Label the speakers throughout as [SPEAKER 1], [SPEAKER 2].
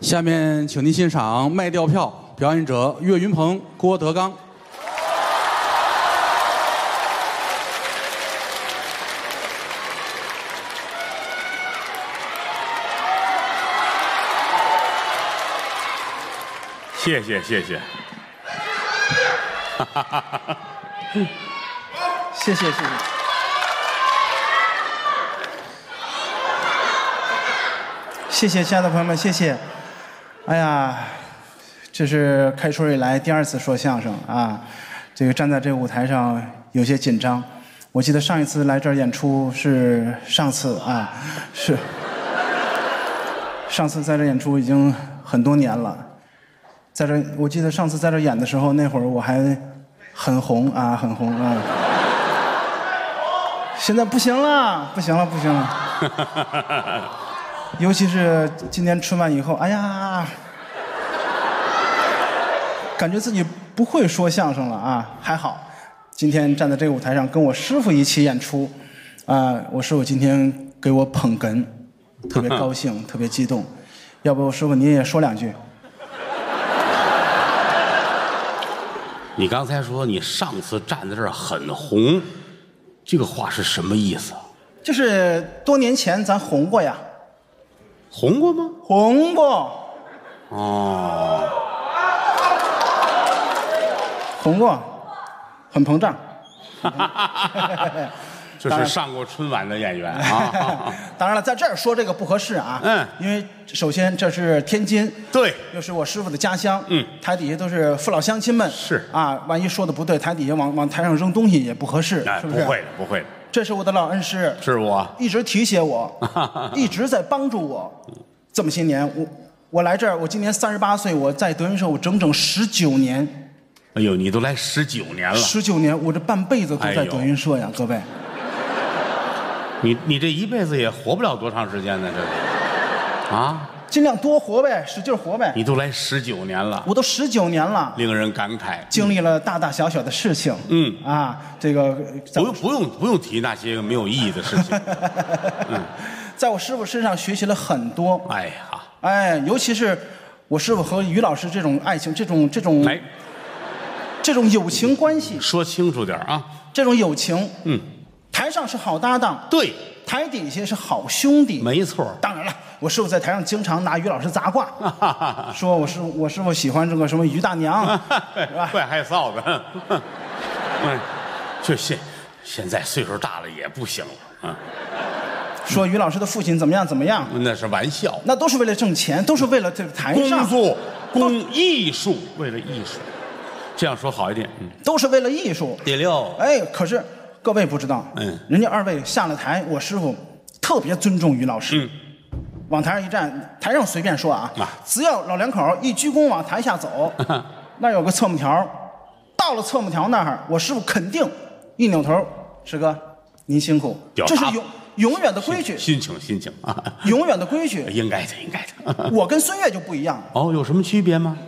[SPEAKER 1] 下面，请您欣赏卖掉票表演者岳云鹏、郭德纲。
[SPEAKER 2] 谢谢谢谢，
[SPEAKER 3] 谢谢谢谢。谢谢亲爱的朋友们，谢谢。哎呀，这是开春以来第二次说相声啊，这个站在这个舞台上有些紧张。我记得上一次来这儿演出是上次啊，是上次在这演出已经很多年了。在这，我记得上次在这演的时候，那会儿我还很红啊，很红啊。现在不行了，不行了，不行了。尤其是今年春晚以后，哎呀，感觉自己不会说相声了啊。还好，今天站在这个舞台上，跟我师傅一起演出，啊、我师傅今天给我捧哏，特别高兴，特别激动。要不师傅您也说两句？
[SPEAKER 2] 你刚才说你上次站在这儿很红，这个话是什么意思？
[SPEAKER 3] 就是多年前咱红过呀，
[SPEAKER 2] 红过吗？
[SPEAKER 3] 红过，
[SPEAKER 2] 哦，
[SPEAKER 3] 红过，很膨胀。
[SPEAKER 2] 这是上过春晚的演 员啊。
[SPEAKER 3] 当然了，在这儿说这个不合适啊，
[SPEAKER 2] 嗯
[SPEAKER 3] 因为首先这是天津，
[SPEAKER 2] 对，
[SPEAKER 3] 又是我师傅的家乡，
[SPEAKER 2] 嗯
[SPEAKER 3] 台底下都是父老乡亲们，
[SPEAKER 2] 是
[SPEAKER 3] 啊，万一说的不对，台底下往往台上扔东西也不合适，
[SPEAKER 2] 哎，
[SPEAKER 3] 是
[SPEAKER 2] 不
[SPEAKER 3] 是？
[SPEAKER 2] 会，的，不会的，
[SPEAKER 3] 这是我的老恩师，
[SPEAKER 2] 是我。
[SPEAKER 3] 一直提携 我，一直在帮助我，这么些年，我我来这儿，我今年三十八岁，我在德云社我整整十九年，
[SPEAKER 2] 哎呦，你都来十九年了，
[SPEAKER 3] 十九年，我这半辈子都在
[SPEAKER 2] 哎呦
[SPEAKER 3] 德云社呀，各位，
[SPEAKER 2] 你你这一辈子也活不了多长时间呢，这个啊，
[SPEAKER 3] 尽量多活呗，使劲活呗，
[SPEAKER 2] 你都来十九年了，
[SPEAKER 3] 我都十九年了。
[SPEAKER 2] 令人感慨。
[SPEAKER 3] 经历了大大小小的事情，
[SPEAKER 2] 嗯
[SPEAKER 3] 啊，这个在
[SPEAKER 2] 不 用不用不用提那些个没有意义的事 情。嗯
[SPEAKER 3] 在我师傅身上学习了很多，
[SPEAKER 2] 哎呀，
[SPEAKER 3] 哎，尤其是我师傅和于老师这种爱情，这种这种
[SPEAKER 2] 来
[SPEAKER 3] 这种友情关系，
[SPEAKER 2] 说清楚点儿啊。
[SPEAKER 3] 这种友情，
[SPEAKER 2] 嗯，
[SPEAKER 3] 台上是好搭档，
[SPEAKER 2] 对，
[SPEAKER 3] 台底下是好兄弟。
[SPEAKER 2] 没错儿。
[SPEAKER 3] 当然了，我师傅在台上经常拿于老师砸 挂，说我师我师傅喜欢这个什么于大 娘，是吧？
[SPEAKER 2] 怪害臊的。 嗯，就现现在岁数大了也不行了啊，
[SPEAKER 3] 说于老师的父亲怎么样怎么样，
[SPEAKER 2] 那是玩笑。
[SPEAKER 3] 那都是为了挣钱，都是为了这个台
[SPEAKER 2] 工
[SPEAKER 3] 上
[SPEAKER 2] 作、工艺术，为了艺术，这样说好一点。嗯，
[SPEAKER 3] 都是为了艺术。
[SPEAKER 2] 第六，
[SPEAKER 3] 哎，可是各位不知道，
[SPEAKER 2] 嗯
[SPEAKER 3] 人家二位下了台，我师傅特别尊重于老师，往台上一站，台上随便说啊，
[SPEAKER 2] 嗯啊
[SPEAKER 3] 只要老两口一鞠躬往台下 走，那儿有个侧幕条，到了侧幕条那儿，我师傅肯定一扭头，师哥您辛苦，
[SPEAKER 2] 表达
[SPEAKER 3] 这是永永远的规矩，
[SPEAKER 2] 心情心情啊，
[SPEAKER 3] 永远的规矩。
[SPEAKER 2] 应该的，应该的。
[SPEAKER 3] 我跟孙越就不一样，
[SPEAKER 2] 哦，有什么区别吗？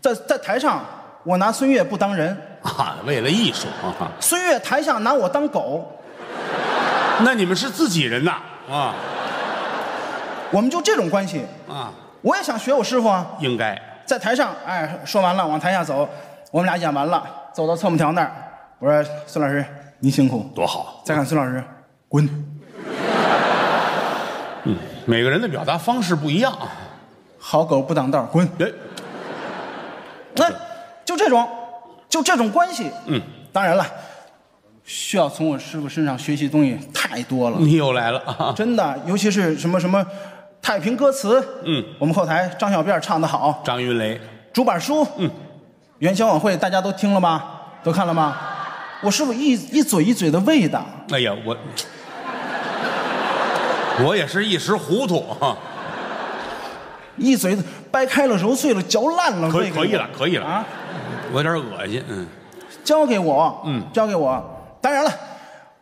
[SPEAKER 3] 在在台上我拿孙越不当人，
[SPEAKER 2] 啊，为了艺术啊，
[SPEAKER 3] 孙越台下拿我当狗，
[SPEAKER 2] 那你们是自己人呐？啊
[SPEAKER 3] 我们就这种关系。
[SPEAKER 2] 啊，
[SPEAKER 3] 我也想学我师傅啊，
[SPEAKER 2] 应该
[SPEAKER 3] 在台上，哎，说完了往台下走，我们俩演完了，走到侧幕条那儿，我说孙老师您辛苦。
[SPEAKER 2] 多好。
[SPEAKER 3] 再看孙老师，滚！
[SPEAKER 2] 每个人的表达方式不一样啊。
[SPEAKER 3] 好狗不挡道，滚！
[SPEAKER 2] 哎，
[SPEAKER 3] 那就这种，就这种关系。
[SPEAKER 2] 嗯，
[SPEAKER 3] 当然了，需要从我师傅身上学习东西太多了，
[SPEAKER 2] 你又来了啊！
[SPEAKER 3] 真的，尤其是什么什么太平歌词，
[SPEAKER 2] 嗯，
[SPEAKER 3] 我们后台张小辫唱得好，
[SPEAKER 2] 张云雷，
[SPEAKER 3] 竹板书，嗯，元宵晚会大家都听了吗？都看了吗？我师傅一一嘴一嘴的味道。
[SPEAKER 2] 哎呀，我我也是一时糊涂啊，
[SPEAKER 3] 一嘴子掰开了、揉碎了、嚼烂了，
[SPEAKER 2] 可
[SPEAKER 3] 喂
[SPEAKER 2] 以
[SPEAKER 3] 给
[SPEAKER 2] 可以
[SPEAKER 3] 我
[SPEAKER 2] 了，可以了
[SPEAKER 3] 啊！
[SPEAKER 2] 我有点恶心，嗯，
[SPEAKER 3] 交给我，
[SPEAKER 2] 嗯
[SPEAKER 3] 交给我。当然了，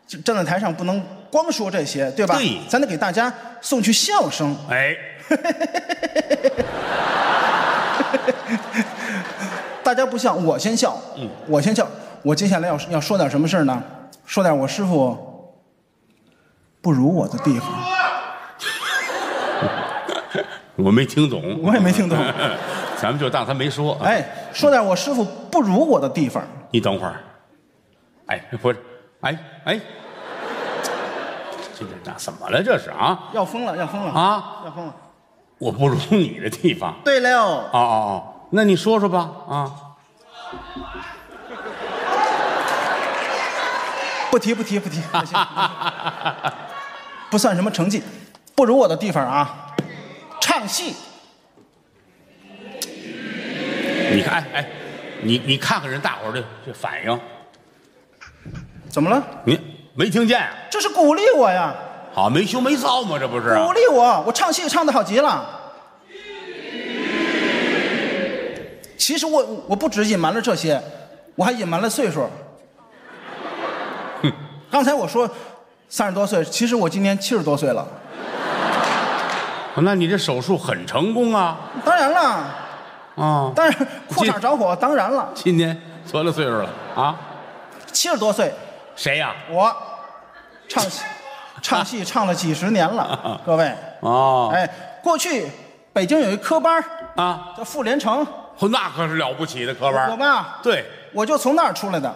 [SPEAKER 3] 这站在台上不能光说这些，对吧？
[SPEAKER 2] 对
[SPEAKER 3] 咱得给大家送去笑声。
[SPEAKER 2] 哎，
[SPEAKER 3] 大家不笑，我先笑，嗯，我先笑。我接下来要要说点什么事儿呢？说点我师傅不如我的地方。
[SPEAKER 2] 我没听懂，嗯
[SPEAKER 3] 我也没 听懂。
[SPEAKER 2] 咱们就当他没说。啊，
[SPEAKER 3] 哎，说点我师傅不如我的地方。
[SPEAKER 2] 你等会儿，哎，不是，哎哎，这这这怎么了？这是啊
[SPEAKER 3] 要疯了，要疯了！
[SPEAKER 2] 啊！
[SPEAKER 3] 要疯了！
[SPEAKER 2] 我不如你的地方。
[SPEAKER 3] 对了，
[SPEAKER 2] 哦哦哦，那你说说吧啊！
[SPEAKER 3] 不提不提不提， 不行不算什么成绩，不如我的地方啊，唱戏。
[SPEAKER 2] 你看，哎哎，你你看看人大伙儿这这反应，
[SPEAKER 3] 怎么了？
[SPEAKER 2] 你没听见啊？
[SPEAKER 3] 这是鼓励我呀，
[SPEAKER 2] 好，没羞没臊吗？这不是啊？
[SPEAKER 3] 鼓励我，我唱戏唱的好极了。其实我我不只隐瞒了这些，我还隐瞒了岁数。刚才我说三十多岁，其实我今年七十多岁了。
[SPEAKER 2] 哦那你这手术很成功啊
[SPEAKER 3] 当然了，
[SPEAKER 2] 啊！
[SPEAKER 3] 当然裤衩着火，当然了，
[SPEAKER 2] 今年多大岁数了啊？
[SPEAKER 3] 七十多岁
[SPEAKER 2] 谁呀、
[SPEAKER 3] 我唱戏唱戏唱了几十年 了，各位。
[SPEAKER 2] 哦，
[SPEAKER 3] 哎，过去北京有一科班儿
[SPEAKER 2] 啊，
[SPEAKER 3] 叫妇联城，
[SPEAKER 2] 哦那可是了不起的科班儿。
[SPEAKER 3] 我吧，
[SPEAKER 2] 对，
[SPEAKER 3] 我就从那儿出来的。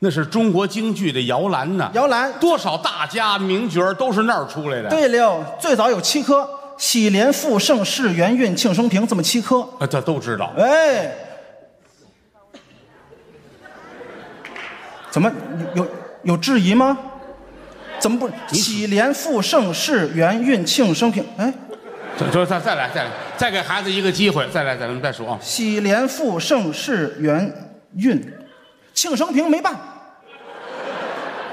[SPEAKER 2] 那是中国京剧的摇篮呢。
[SPEAKER 3] 摇篮
[SPEAKER 2] 多少大家名角儿都是那儿出来的。
[SPEAKER 3] 对了，最早有七科：喜连、复盛、世元、运、庆生平，这么七科。
[SPEAKER 2] 啊，这都知道。
[SPEAKER 3] 哎，怎么有有有质疑吗？怎么不？喜连、复盛、世元、运、庆生平。哎，
[SPEAKER 2] 这这再再来再来，再给孩子一个机会，再来再来，咱们再说啊。
[SPEAKER 3] 喜连、复盛、世元、运，庆生平没办，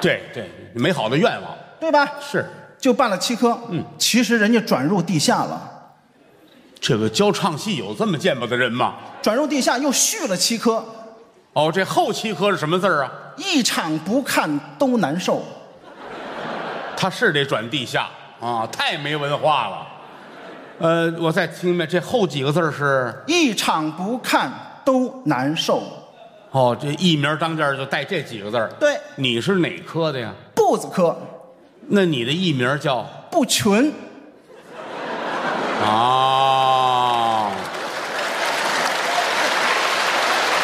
[SPEAKER 2] 对对，美好的愿望
[SPEAKER 3] 对吧？
[SPEAKER 2] 是
[SPEAKER 3] 就办了七科。嗯，其实人家转入地下了，
[SPEAKER 2] 这个教唱戏有这么见巴的人吗？
[SPEAKER 3] 转入地下又续了七科，
[SPEAKER 2] 哦，这后期科是什么字儿啊？
[SPEAKER 3] 一场不看都难受。
[SPEAKER 2] 他是得转地下啊，太没文化了。呃，我再听明白，这后几个字儿是
[SPEAKER 3] 一场不看都难受。
[SPEAKER 2] 哦，这一名当间儿就带这几个字儿。
[SPEAKER 3] 对
[SPEAKER 2] 你是哪科的呀？
[SPEAKER 3] 步子科
[SPEAKER 2] 那你的艺名叫
[SPEAKER 3] 不群，
[SPEAKER 2] 啊？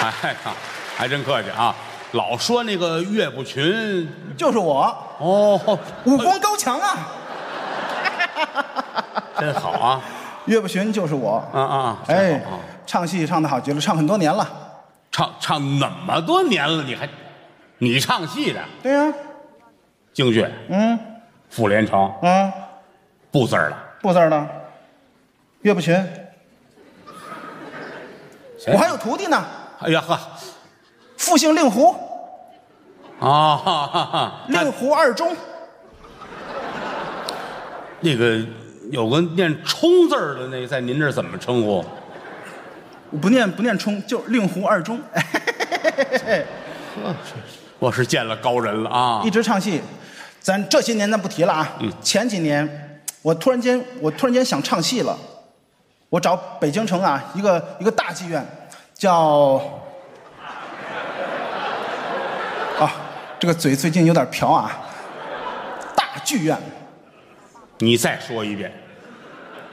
[SPEAKER 2] 哎呀，还真客气啊！老说那个岳不群，
[SPEAKER 3] 就是我，
[SPEAKER 2] 哦，
[SPEAKER 3] 武功高强啊。
[SPEAKER 2] 真好啊！
[SPEAKER 3] 岳不群就是我，
[SPEAKER 2] 啊啊，
[SPEAKER 3] 哎
[SPEAKER 2] 真好啊，
[SPEAKER 3] 唱戏唱的好极了，唱很多年了。
[SPEAKER 2] 唱唱那么多年了，你还你唱戏的
[SPEAKER 3] 对呀、
[SPEAKER 2] 京剧，
[SPEAKER 3] 嗯
[SPEAKER 2] 傅连城
[SPEAKER 3] 嗯，
[SPEAKER 2] 不字儿了，
[SPEAKER 3] 步字儿呢？岳不群，
[SPEAKER 2] 谁
[SPEAKER 3] 我还有徒弟呢，
[SPEAKER 2] 哎呀呵，
[SPEAKER 3] 复姓令狐，
[SPEAKER 2] 啊哈哈哈，
[SPEAKER 3] 令狐二中，
[SPEAKER 2] 那个有个念冲字儿的那，在您这儿怎么称呼？
[SPEAKER 3] 我不念不念冲，就是令狐二中，
[SPEAKER 2] 我是见了高人了啊
[SPEAKER 3] 一！直唱戏。咱这些年咱不提了啊，前几年我突然间我突然间想唱戏了，我找北京城啊一个一个大剧院，叫 啊这个嘴最近有点瓢啊，大剧院
[SPEAKER 2] 你再说一遍，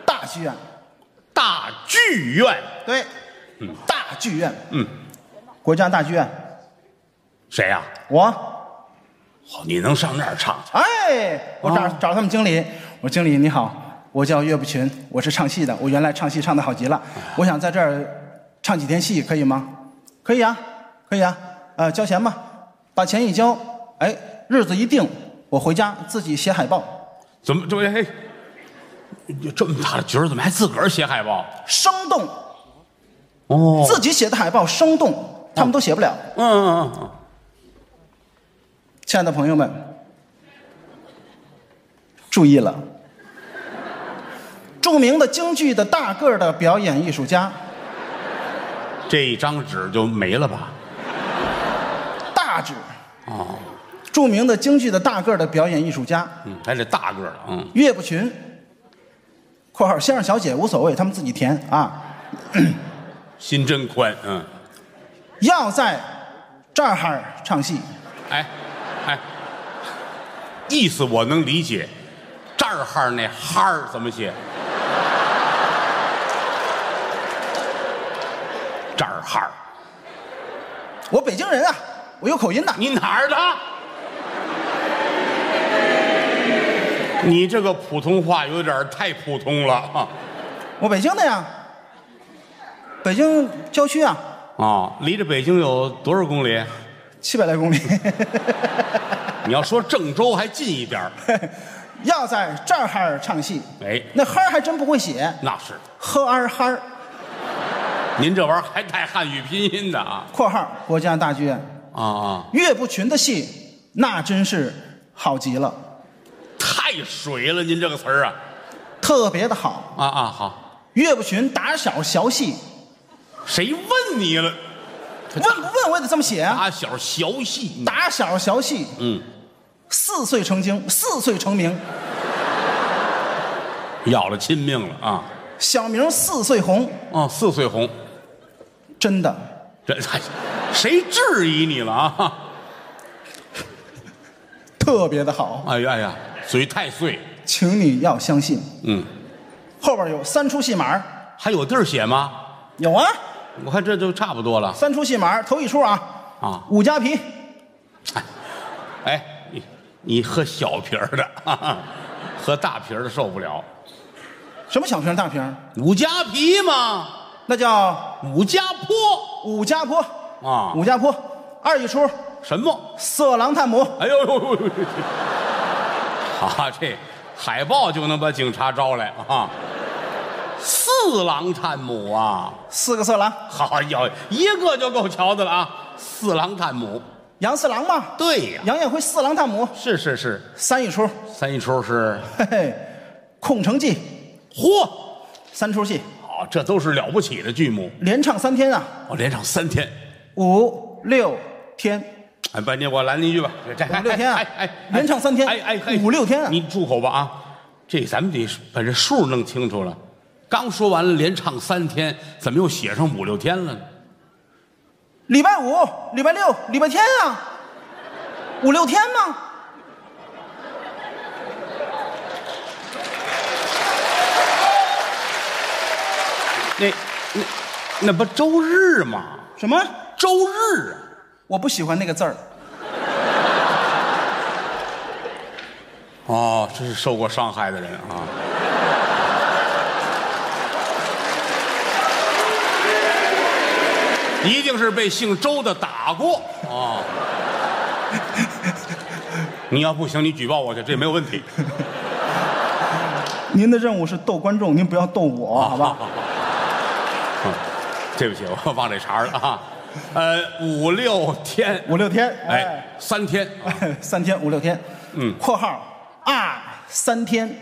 [SPEAKER 3] 大剧院
[SPEAKER 2] 大剧院
[SPEAKER 3] 对，大剧院
[SPEAKER 2] 嗯
[SPEAKER 3] 国家大剧院
[SPEAKER 2] 谁呀、
[SPEAKER 3] 我
[SPEAKER 2] 哦，你能上那儿唱去？
[SPEAKER 3] 哎我找、
[SPEAKER 2] 哦
[SPEAKER 3] 找他们经理，我说经理你好。我叫岳不群，我是唱戏的。我原来唱戏唱的好极了，我想在这儿唱几天戏，可以吗？可以啊，可以啊。呃，交钱吧，把钱一交，哎，日子一定，我回家自己写海报。
[SPEAKER 2] 怎么这么嘿？这么大的角儿，怎么还自个儿写海报？
[SPEAKER 3] 生动，
[SPEAKER 2] 哦
[SPEAKER 3] 自己写的海报生动，他们都写不了。
[SPEAKER 2] 嗯嗯嗯嗯，
[SPEAKER 3] 亲爱的朋友们，注意了，著名的京剧的大个儿的表演艺术家，
[SPEAKER 2] 这一张纸就没了吧？
[SPEAKER 3] 大指，著名的京剧的大个儿的表演艺术家
[SPEAKER 2] 嗯，还得大个儿的，嗯，
[SPEAKER 3] 岳不群（括号先生小姐无所谓，他们自己填啊）
[SPEAKER 2] 心真宽，嗯，
[SPEAKER 3] 要在这儿哈儿唱戏，
[SPEAKER 2] 哎，哎，意思我能理解，这儿哈儿那哈儿怎么写？这儿哈儿，
[SPEAKER 3] 我北京人啊，我有口音的。
[SPEAKER 2] 你哪儿的？你这个普通话有点儿太普通了啊！
[SPEAKER 3] 我北京的呀，北京郊区啊，
[SPEAKER 2] 啊，离着北京有多少公里？
[SPEAKER 3] 七百来公里。
[SPEAKER 2] 你要说郑州还近一点儿
[SPEAKER 3] 要在这儿哈儿唱戏，
[SPEAKER 2] 哎，
[SPEAKER 3] 那哈儿还真不会写，
[SPEAKER 2] 那是。
[SPEAKER 3] 呵儿哈儿。
[SPEAKER 2] 您这玩意儿还带汉语拼音的啊
[SPEAKER 3] 括号国家大剧院
[SPEAKER 2] 啊啊！
[SPEAKER 3] 岳不群的戏，那真是好极了，
[SPEAKER 2] 太水了，您这个词儿啊
[SPEAKER 3] 特别的好。
[SPEAKER 2] 啊啊！好，
[SPEAKER 3] 岳不群打小学戏，
[SPEAKER 2] 谁问你了？
[SPEAKER 3] 问不问我也得这么写啊。
[SPEAKER 2] 打小学戏，
[SPEAKER 3] 打小学戏，
[SPEAKER 2] 嗯，
[SPEAKER 3] 四岁成精，四岁成名，
[SPEAKER 2] 要了亲命了啊！
[SPEAKER 3] 小名四岁红，
[SPEAKER 2] 哦，四岁红，
[SPEAKER 3] 真的
[SPEAKER 2] 这哎谁质疑你了啊？
[SPEAKER 3] 特别的好，
[SPEAKER 2] 哎呀哎呀，嘴太碎，
[SPEAKER 3] 请你要相信。
[SPEAKER 2] 嗯，
[SPEAKER 3] 后边有三出戏码，
[SPEAKER 2] 还有地儿写吗？
[SPEAKER 3] 有啊，
[SPEAKER 2] 我看这就差不多了
[SPEAKER 3] 三出戏码，头一出啊，
[SPEAKER 2] 啊！
[SPEAKER 3] 武家皮，
[SPEAKER 2] 哎，你你喝小瓶儿的， 哈哈喝大瓶儿的受不了。
[SPEAKER 3] 什么小瓶大瓶，
[SPEAKER 2] 武家皮嘛，
[SPEAKER 3] 那叫
[SPEAKER 2] 武家坡
[SPEAKER 3] 武家坡，
[SPEAKER 2] 啊，
[SPEAKER 3] 武家坡。二一出
[SPEAKER 2] 什么？
[SPEAKER 3] 色狼探母，
[SPEAKER 2] 哎呦呦呦呦！呦啊，这海报就能把警察招来啊！四郎探母啊，
[SPEAKER 3] 四个色狼，
[SPEAKER 2] 好有一个就够瞧的了啊！四郎探母，
[SPEAKER 3] 杨四郎嘛，
[SPEAKER 2] 对呀、
[SPEAKER 3] 杨艳辉四郎探母。
[SPEAKER 2] 是是是，
[SPEAKER 3] 三一出，
[SPEAKER 2] 三一出是
[SPEAKER 3] 嘿嘿，哎空城计，
[SPEAKER 2] 嚯，
[SPEAKER 3] 三出戏
[SPEAKER 2] 好、这都是了不起的剧目，
[SPEAKER 3] 连唱三天啊，
[SPEAKER 2] 我、连上三天。
[SPEAKER 3] 五六天，
[SPEAKER 2] 哎，半天我拦您一句吧，这
[SPEAKER 3] 五六天啊
[SPEAKER 2] 哎哎，哎
[SPEAKER 3] 连唱三天
[SPEAKER 2] 哎哎，哎
[SPEAKER 3] 五六天啊
[SPEAKER 2] 你住口吧啊！这咱们得把这数弄清楚了。刚说完了连唱三天，怎么又写上五六天了呢？
[SPEAKER 3] 礼拜五、礼拜六、礼拜天啊，五六天嘛。
[SPEAKER 2] 那那那不周日吗？
[SPEAKER 3] 什么？
[SPEAKER 2] 周日啊，
[SPEAKER 3] 我不喜欢那个字儿。
[SPEAKER 2] 哦，这是受过伤害的人啊。一定是被姓周的打过啊、你要不行，你举报我去，这没有问题。
[SPEAKER 3] 您的任务是逗观众，您不要逗我，
[SPEAKER 2] 啊
[SPEAKER 3] 好吧？
[SPEAKER 2] 对不起，我忘这茬儿了啊。呃，五六天，
[SPEAKER 3] 五六天，
[SPEAKER 2] 哎，三天啊
[SPEAKER 3] 哎，三天五六天。嗯。括号啊，三天，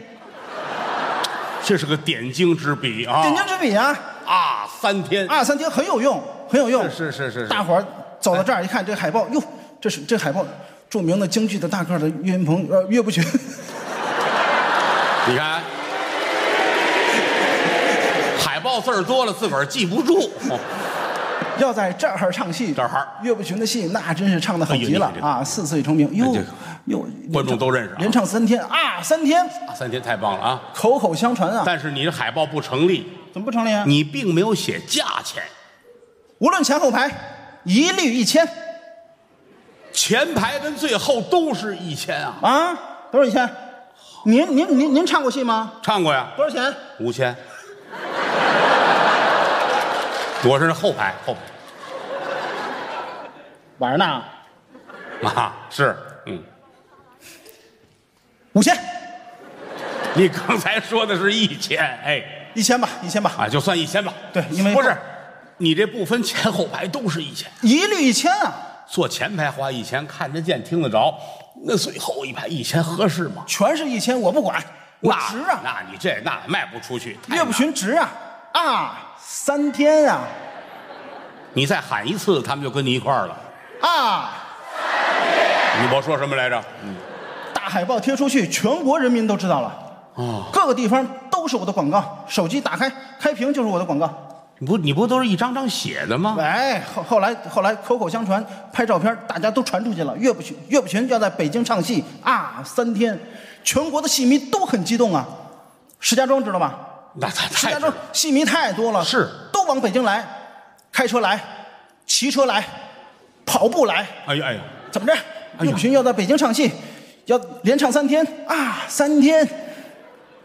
[SPEAKER 2] 这是个点睛之笔啊！
[SPEAKER 3] 点睛之笔啊，
[SPEAKER 2] 啊，三天，
[SPEAKER 3] 啊，三天很有用，很有用。
[SPEAKER 2] 是是是哎是是
[SPEAKER 3] 大伙儿走到这儿一看，这海报，哟，这是这海报，著名的京剧的大个儿的岳云鹏，呃，岳不群，
[SPEAKER 2] 你看，海报字儿多了，自个儿记不住。
[SPEAKER 3] 要在这儿唱戏。
[SPEAKER 2] 这儿
[SPEAKER 3] 岳不群的戏那真是唱的好极了
[SPEAKER 2] 哎呦你看
[SPEAKER 3] 啊！四岁成名，哟
[SPEAKER 2] 哎这
[SPEAKER 3] 哟，
[SPEAKER 2] 观众都认识啊
[SPEAKER 3] 连唱三天啊，三天
[SPEAKER 2] 啊三天太棒了啊！
[SPEAKER 3] 口口相传啊，
[SPEAKER 2] 但是你的海报不成立，
[SPEAKER 3] 怎么不成立啊？
[SPEAKER 2] 你并没有写价钱，
[SPEAKER 3] 无论前后排，一律一千
[SPEAKER 2] 前排跟最后都是一千啊。
[SPEAKER 3] 啊，多少一千？您您您您唱过戏吗？
[SPEAKER 2] 唱过呀，
[SPEAKER 3] 多少钱？
[SPEAKER 2] 五千。我是后排，后排
[SPEAKER 3] 晚上呢？
[SPEAKER 2] 啊，是，嗯，
[SPEAKER 3] 五千，
[SPEAKER 2] 你刚才说的是一千，哎，
[SPEAKER 3] 一千吧，一千吧，
[SPEAKER 2] 啊，就算一千吧。
[SPEAKER 3] 对因为
[SPEAKER 2] 不是，你这不分前后排都是一千。
[SPEAKER 3] 一律一千啊，
[SPEAKER 2] 坐前排花一千，看得见听得着，那最后一排一千合适吗？
[SPEAKER 3] 全是一千，我不管，我
[SPEAKER 2] 那
[SPEAKER 3] 值啊，
[SPEAKER 2] 那你这那卖不出去。太
[SPEAKER 3] 岳不
[SPEAKER 2] 难
[SPEAKER 3] 群值啊啊，三天啊
[SPEAKER 2] 你再喊一次，他们就跟你一块儿了。
[SPEAKER 3] 啊，
[SPEAKER 2] 你我说什么来着？
[SPEAKER 3] 大海报贴出去，全国人民都知道了，
[SPEAKER 2] 哦，
[SPEAKER 3] 各个地方都是我的广告，手机打开开屏就是我的广告。
[SPEAKER 2] 你不你不都是一张张写的吗？
[SPEAKER 3] 哎，后后来后来口口相传，拍照片大家都传出去了。岳不群岳不群要在北京唱戏啊，三天，全国的戏迷都很激动啊。石家庄知道吧？
[SPEAKER 2] 那太
[SPEAKER 3] 石
[SPEAKER 2] 太
[SPEAKER 3] 家庄戏迷太多了，
[SPEAKER 2] 是
[SPEAKER 3] 都往北京来。开车来，骑车来，跑步来，
[SPEAKER 2] 哎呀哎呀，
[SPEAKER 3] 怎么着？岳不群要在北京唱戏，要连唱三天啊，三天，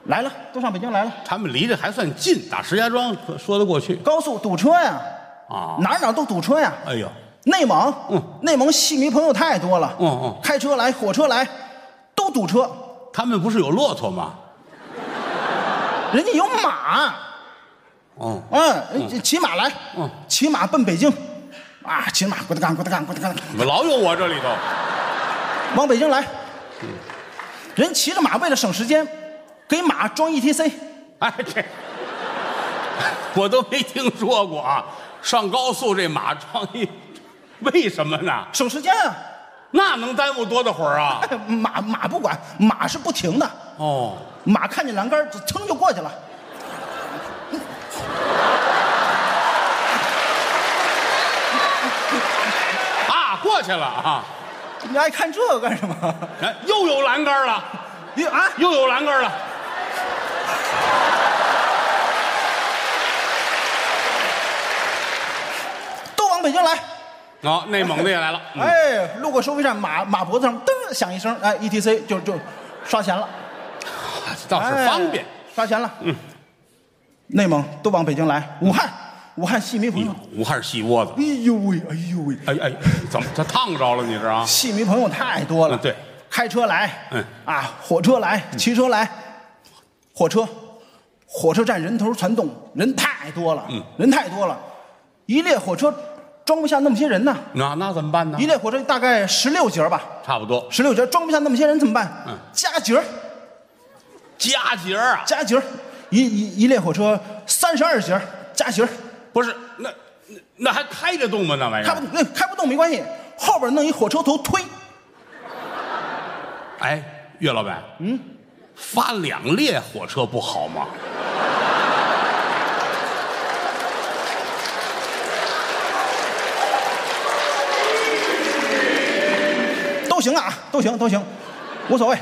[SPEAKER 3] 来了，都上北京来了。
[SPEAKER 2] 他们离得还算近，打石家庄说说得过去
[SPEAKER 3] 高速堵车呀，
[SPEAKER 2] 啊。
[SPEAKER 3] 哪儿哪儿都堵车呀。
[SPEAKER 2] 哎呦，
[SPEAKER 3] 内蒙，
[SPEAKER 2] 嗯
[SPEAKER 3] 内蒙戏迷朋友太多了，
[SPEAKER 2] 嗯嗯
[SPEAKER 3] 开车来，火车来，都堵车。
[SPEAKER 2] 他们不是有骆驼吗？
[SPEAKER 3] 人家有马，
[SPEAKER 2] 哦，
[SPEAKER 3] 嗯，骑马来，
[SPEAKER 2] 嗯
[SPEAKER 3] 骑马奔北京，啊，骑马咕哒干咕哒干咕哒干，
[SPEAKER 2] 怎么老有我这里头？
[SPEAKER 3] 往北京来。
[SPEAKER 2] 嗯
[SPEAKER 3] 人骑着马为了省时间，给马装 E ETC，
[SPEAKER 2] 哎，这我都没听说过啊！上高速这马撞一，为什么呢？
[SPEAKER 3] 省时间啊。
[SPEAKER 2] 那能耽误多大会儿啊？
[SPEAKER 3] 哎马马不管，马是不停的，
[SPEAKER 2] 哦，
[SPEAKER 3] 马看见栏杆儿就噌就过去了。
[SPEAKER 2] 啊，过去了啊！
[SPEAKER 3] 你爱看这个干什么？
[SPEAKER 2] 哎，又有栏杆了，
[SPEAKER 3] 你啊，
[SPEAKER 2] 又有栏杆了。
[SPEAKER 3] 都往北京来。
[SPEAKER 2] 哦，内蒙的也来了。嗯
[SPEAKER 3] 哎，路过收费站，马马脖子上噔响一声，哎，ETC 就就刷钱了，
[SPEAKER 2] 倒是方便
[SPEAKER 3] 哎。刷钱了。嗯，内蒙都往北京来，武汉，武汉戏迷朋友，
[SPEAKER 2] 武汉细窝子，
[SPEAKER 3] 哎呦喂，哎呦喂，
[SPEAKER 2] 哎哎，怎么这烫着了？你这啊？
[SPEAKER 3] 戏迷朋友太多了。
[SPEAKER 2] 嗯对，
[SPEAKER 3] 开车来，
[SPEAKER 2] 嗯
[SPEAKER 3] 啊，火车来，骑车来，火车，火车站人头攒动，人太多了，
[SPEAKER 2] 嗯
[SPEAKER 3] 人太多了，一列火车装不下那么些人呢，
[SPEAKER 2] 那那怎么办呢
[SPEAKER 3] 一？列火车大概十六节儿吧。
[SPEAKER 2] 差不多
[SPEAKER 3] 十六节装不下那么些人怎么办？
[SPEAKER 2] 嗯
[SPEAKER 3] 加节儿，
[SPEAKER 2] 佳节儿啊，
[SPEAKER 3] 加节儿，一一一列火车三十二节儿，加节儿，
[SPEAKER 2] 不是那那那还开得动吗？那玩意
[SPEAKER 3] 开不
[SPEAKER 2] 儿？
[SPEAKER 3] 动，那开不动没关系，后边弄一火车头推，
[SPEAKER 2] 哎，岳老板，嗯，发两列火车不好吗？
[SPEAKER 3] 都行啊，都行都行，无所谓。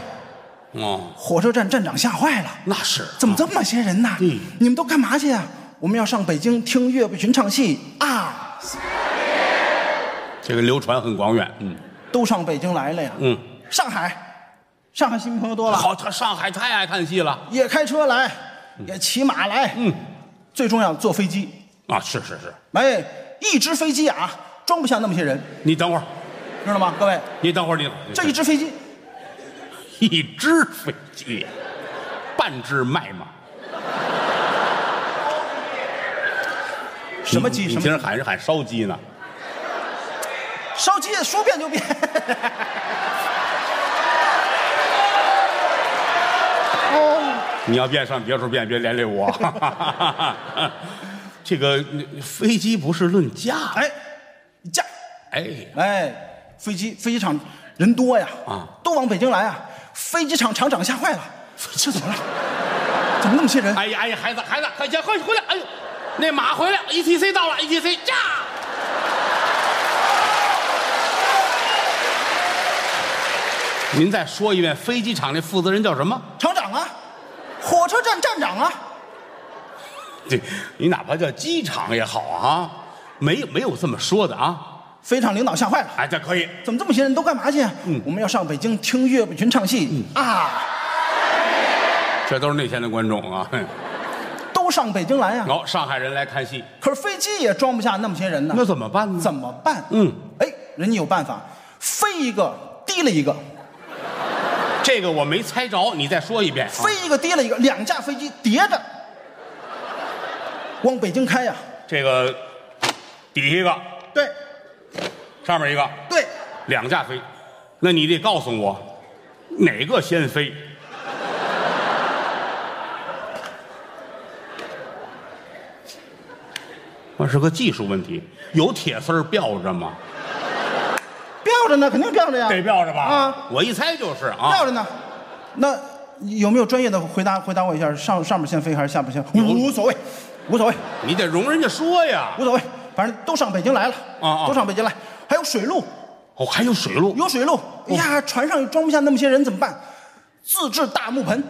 [SPEAKER 2] 哦，
[SPEAKER 3] 火车站站长吓坏了，
[SPEAKER 2] 那是啊
[SPEAKER 3] 怎么这么些人呐？
[SPEAKER 2] 嗯
[SPEAKER 3] 你们都干嘛去呀、我们要上北京听岳不群唱戏啊，
[SPEAKER 2] 这个流传很广远。嗯
[SPEAKER 3] 都上北京来了呀。
[SPEAKER 2] 嗯，
[SPEAKER 3] 上海，上海新朋友多了，
[SPEAKER 2] 好，他上海太爱看戏了
[SPEAKER 3] 也开车来，也骑马来，嗯，最重要坐飞机。
[SPEAKER 2] 啊！是是是，
[SPEAKER 3] 哎，一只飞机啊，装不下那么些人，
[SPEAKER 2] 你等会儿，
[SPEAKER 3] 知道吗？各位，
[SPEAKER 2] 你等会儿，你
[SPEAKER 3] 这一只飞机，
[SPEAKER 2] 一只飞机，半只卖吗？
[SPEAKER 3] 什么
[SPEAKER 2] 你
[SPEAKER 3] 机？
[SPEAKER 2] 你
[SPEAKER 3] 什
[SPEAKER 2] 今
[SPEAKER 3] 么
[SPEAKER 2] 儿喊是喊烧鸡呢？
[SPEAKER 3] 烧鸡？说变就变。
[SPEAKER 2] 你要变上别处变，别连累我。 这个飞机不是论价，
[SPEAKER 3] 哎，驾！
[SPEAKER 2] 哎，
[SPEAKER 3] 哎，飞机飞机场人多呀，
[SPEAKER 2] 啊，
[SPEAKER 3] 都往北京来啊。飞机场厂长吓坏了，这怎么了？怎么那么些人？
[SPEAKER 2] 哎呀哎呀，孩子孩子，快点快回来！哎呦，那马回来，ETC 到了，ETC 驾！您再说一遍，飞机场那负责人叫什么？
[SPEAKER 3] 厂长啊，火车站站长啊，
[SPEAKER 2] 对，你哪怕叫机场也好啊，没有没有这么说的啊。
[SPEAKER 3] 飞场领导吓坏了，
[SPEAKER 2] 哎，这可以，
[SPEAKER 3] 怎么这么些人都干嘛去啊？
[SPEAKER 2] 嗯
[SPEAKER 3] 我们要上北京听岳不群唱戏啊，
[SPEAKER 2] 这都是那天的观众啊。
[SPEAKER 3] 都上北京来呀。啊
[SPEAKER 2] 好、上海人来看戏，
[SPEAKER 3] 可是飞机也装不下那么些人呢。
[SPEAKER 2] 那怎么办呢？
[SPEAKER 3] 怎么办？
[SPEAKER 2] 嗯，
[SPEAKER 3] 哎，人家有办法，飞一个提了一
[SPEAKER 2] 啊
[SPEAKER 3] 个，
[SPEAKER 2] 这个我没猜着，你再说一遍、啊。
[SPEAKER 3] 飞一个提了一个，两架飞机叠着往北京开呀、
[SPEAKER 2] 这个底下一个，
[SPEAKER 3] 对
[SPEAKER 2] 上面一个，
[SPEAKER 3] 对，
[SPEAKER 2] 两架飞，那你得告诉我哪个先飞。那是个技术问题，有铁丝儿吊着吗？
[SPEAKER 3] 吊着呢，肯定吊着呀，
[SPEAKER 2] 得吊着吧？
[SPEAKER 3] 啊，
[SPEAKER 2] 我一猜就是啊。
[SPEAKER 3] 吊着呢。那有没有专业的回答？回答我一下，上上面先飞还是下边先？无无所谓，无所谓，
[SPEAKER 2] 你得容人家说呀。
[SPEAKER 3] 无所谓，反正都上北京来了，
[SPEAKER 2] 啊啊
[SPEAKER 3] 都上北京来，还有水路。
[SPEAKER 2] 哦，还有水路，
[SPEAKER 3] 有水路，哎呀，船上装不下那么些人怎么办？自制大木盆，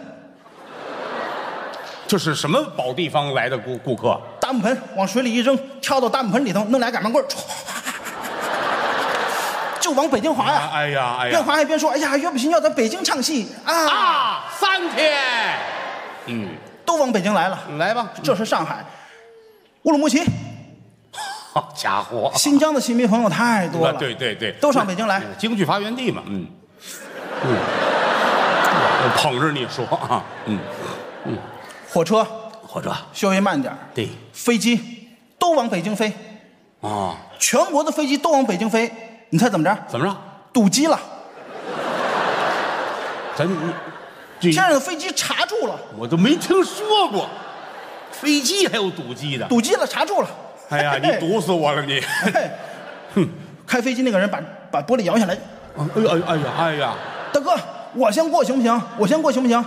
[SPEAKER 2] 这是什么宝地方来的顾顾客？
[SPEAKER 3] 大木盆往水里一扔，跳到大木盆里头，弄俩擀面棍儿，唰就往北京滑呀、
[SPEAKER 2] 啊哎呀哎呀
[SPEAKER 3] 边滑还边说：“哎呀，岳不群要在北京唱戏啊，
[SPEAKER 2] 啊，三天，嗯，
[SPEAKER 3] 都往北京来了。
[SPEAKER 2] 来吧，
[SPEAKER 3] 这是上海，乌鲁木齐、
[SPEAKER 2] 好家伙，
[SPEAKER 3] 新疆的新迷朋友太多
[SPEAKER 2] 啊
[SPEAKER 3] 了，
[SPEAKER 2] 对对对，
[SPEAKER 3] 都上北京来。
[SPEAKER 2] 京剧发源地嘛，嗯，嗯，我捧着你说啊，嗯，
[SPEAKER 3] 火车
[SPEAKER 2] 火车，
[SPEAKER 3] 稍微慢点儿
[SPEAKER 2] 对，
[SPEAKER 3] 飞机都往北京飞，
[SPEAKER 2] 啊，
[SPEAKER 3] 全国的飞机都往北京飞。你猜怎么着？
[SPEAKER 2] 怎么着？
[SPEAKER 3] 堵机了，
[SPEAKER 2] 咱你这
[SPEAKER 3] 天上的飞机查住了，
[SPEAKER 2] 我都没听说过，飞机还有堵机的，
[SPEAKER 3] 堵机了，查住了。
[SPEAKER 2] 哎呀，你堵死我了你！
[SPEAKER 3] 嘿。 嘿开飞机那个人把把玻璃摇下来，
[SPEAKER 2] 哎呦哎呦哎呀哎呀，
[SPEAKER 3] 大哥，我先过行不行？我先过行不行？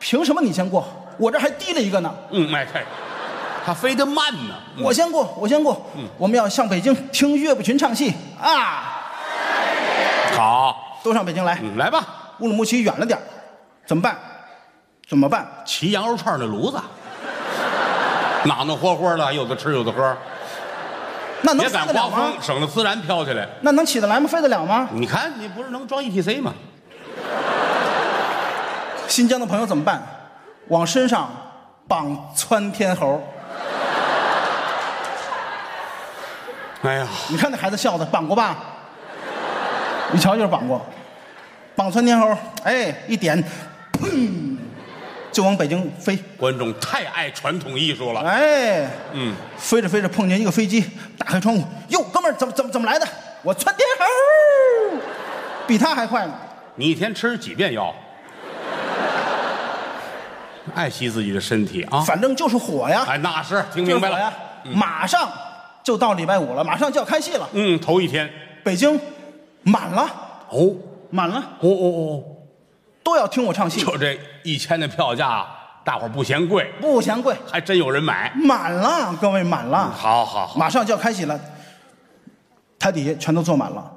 [SPEAKER 3] 凭什么你先过？我这还低了一个呢。
[SPEAKER 2] 嗯哎嘿，它飞得慢呢，
[SPEAKER 3] 我先过，我先过。
[SPEAKER 2] 嗯
[SPEAKER 3] 我们要上北京听岳不群唱戏啊，
[SPEAKER 2] 好，
[SPEAKER 3] 都上北京来。
[SPEAKER 2] 嗯来吧，
[SPEAKER 3] 乌鲁木齐远了点儿怎么办？怎么办？
[SPEAKER 2] 骑羊肉串那炉子，暖暖和和的，有的吃有的喝，
[SPEAKER 3] 那能
[SPEAKER 2] 别
[SPEAKER 3] 飞
[SPEAKER 2] 赶
[SPEAKER 3] 得了
[SPEAKER 2] 刮
[SPEAKER 3] 吗？
[SPEAKER 2] 风，省得孜然飘起来。
[SPEAKER 3] 那能起得来吗？飞得了吗？
[SPEAKER 2] 你看，你不是能装 ETC 吗？
[SPEAKER 3] 新疆的朋友怎么办？往身上绑窜天猴，
[SPEAKER 2] 哎呀，
[SPEAKER 3] 你看那孩子笑的，绑过吧？你瞧就是绑过，绑窜天猴，哎，一点，砰，就往北京飞，
[SPEAKER 2] 观众太爱传统艺术了。
[SPEAKER 3] 哎，
[SPEAKER 2] 嗯，
[SPEAKER 3] 飞着飞着碰见一个飞机，打开窗户，哟，哥们儿，怎么怎么怎么来的？我窜天猴，比他还快呢。
[SPEAKER 2] 你一天吃几遍药？爱惜自己的身体啊！
[SPEAKER 3] 反正就是火呀，
[SPEAKER 2] 哎，那是听
[SPEAKER 3] 就是
[SPEAKER 2] 明白
[SPEAKER 3] 火呀
[SPEAKER 2] 了。，
[SPEAKER 3] 啊马上就到礼拜五了，马上就要开戏了，
[SPEAKER 2] 嗯，头一天。
[SPEAKER 3] 北京满了，
[SPEAKER 2] 哦
[SPEAKER 3] 满了，
[SPEAKER 2] 哦哦哦，
[SPEAKER 3] 都要听我唱戏，
[SPEAKER 2] 就这一千的票价，大伙儿不嫌贵，
[SPEAKER 3] 不嫌贵，
[SPEAKER 2] 还真有人买。
[SPEAKER 3] 满了，各位满了，
[SPEAKER 2] 嗯好好好，
[SPEAKER 3] 马上就要开戏了，台底下全都坐满了，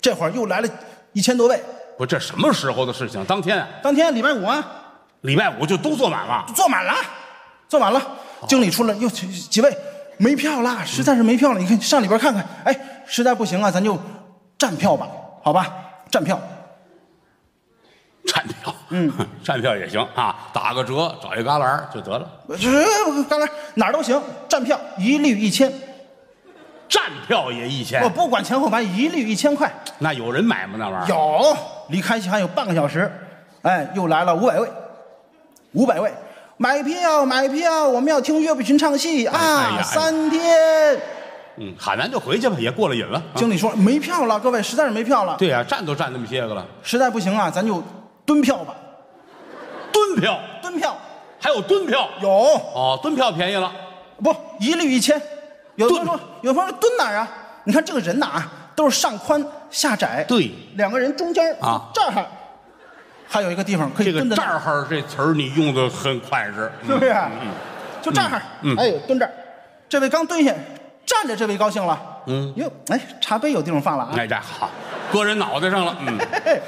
[SPEAKER 3] 这会儿又来了一千多位，
[SPEAKER 2] 不，这什么时候的事情？当天啊
[SPEAKER 3] 当天礼拜五啊，
[SPEAKER 2] 礼拜五就都坐满了。
[SPEAKER 3] 坐满了，坐满了，经理出来又几几位没票啦，实在是没票了，你看上里边看看，哎，实在不行啊，咱就站票吧，好吧，站票。
[SPEAKER 2] 站票，嗯， 站票也行啊，打个折，找一旮旯儿就得了。
[SPEAKER 3] 呃这刚才哪儿都行，站票一律一千，
[SPEAKER 2] 站票也一千
[SPEAKER 3] 我，不管前后排，一律一千块。
[SPEAKER 2] 那有人买吗？那玩意儿？
[SPEAKER 3] 有，离开戏还有半个小时，哎，又来了五百位，五百位，买票买票，我们要听岳不群唱戏
[SPEAKER 2] 哎呀
[SPEAKER 3] 啊！
[SPEAKER 2] 哎
[SPEAKER 3] 三天，
[SPEAKER 2] 嗯，喊完就回去吧，也过了瘾了。啊
[SPEAKER 3] 经理说没票了，各位实在是没票了，
[SPEAKER 2] 对呀、啊站都站那么些个了，
[SPEAKER 3] 实在不行啊，咱就蹲票吧，
[SPEAKER 2] 蹲票
[SPEAKER 3] 蹲票
[SPEAKER 2] 还有蹲票，
[SPEAKER 3] 有
[SPEAKER 2] 哦，蹲票便宜了，
[SPEAKER 3] 不一律一千，有的
[SPEAKER 2] 蹲
[SPEAKER 3] 朋友说有的朋友说蹲哪儿啊？你看这个人呐啊，都是上宽下窄，
[SPEAKER 2] 对
[SPEAKER 3] 两个人中间
[SPEAKER 2] 啊
[SPEAKER 3] 这儿还有一个地方可以
[SPEAKER 2] 这个
[SPEAKER 3] 蹲着
[SPEAKER 2] 这
[SPEAKER 3] 呢，
[SPEAKER 2] 儿哈儿这词儿你用的很快适，
[SPEAKER 3] 是不是？啊
[SPEAKER 2] 嗯
[SPEAKER 3] 就这儿，
[SPEAKER 2] 嗯
[SPEAKER 3] 哎，蹲这儿，这位刚蹲下，站着这位高兴了，
[SPEAKER 2] 嗯
[SPEAKER 3] 哟，哎，茶杯有地方放了啊，
[SPEAKER 2] 哎，这好，搁人脑袋上了，嗯，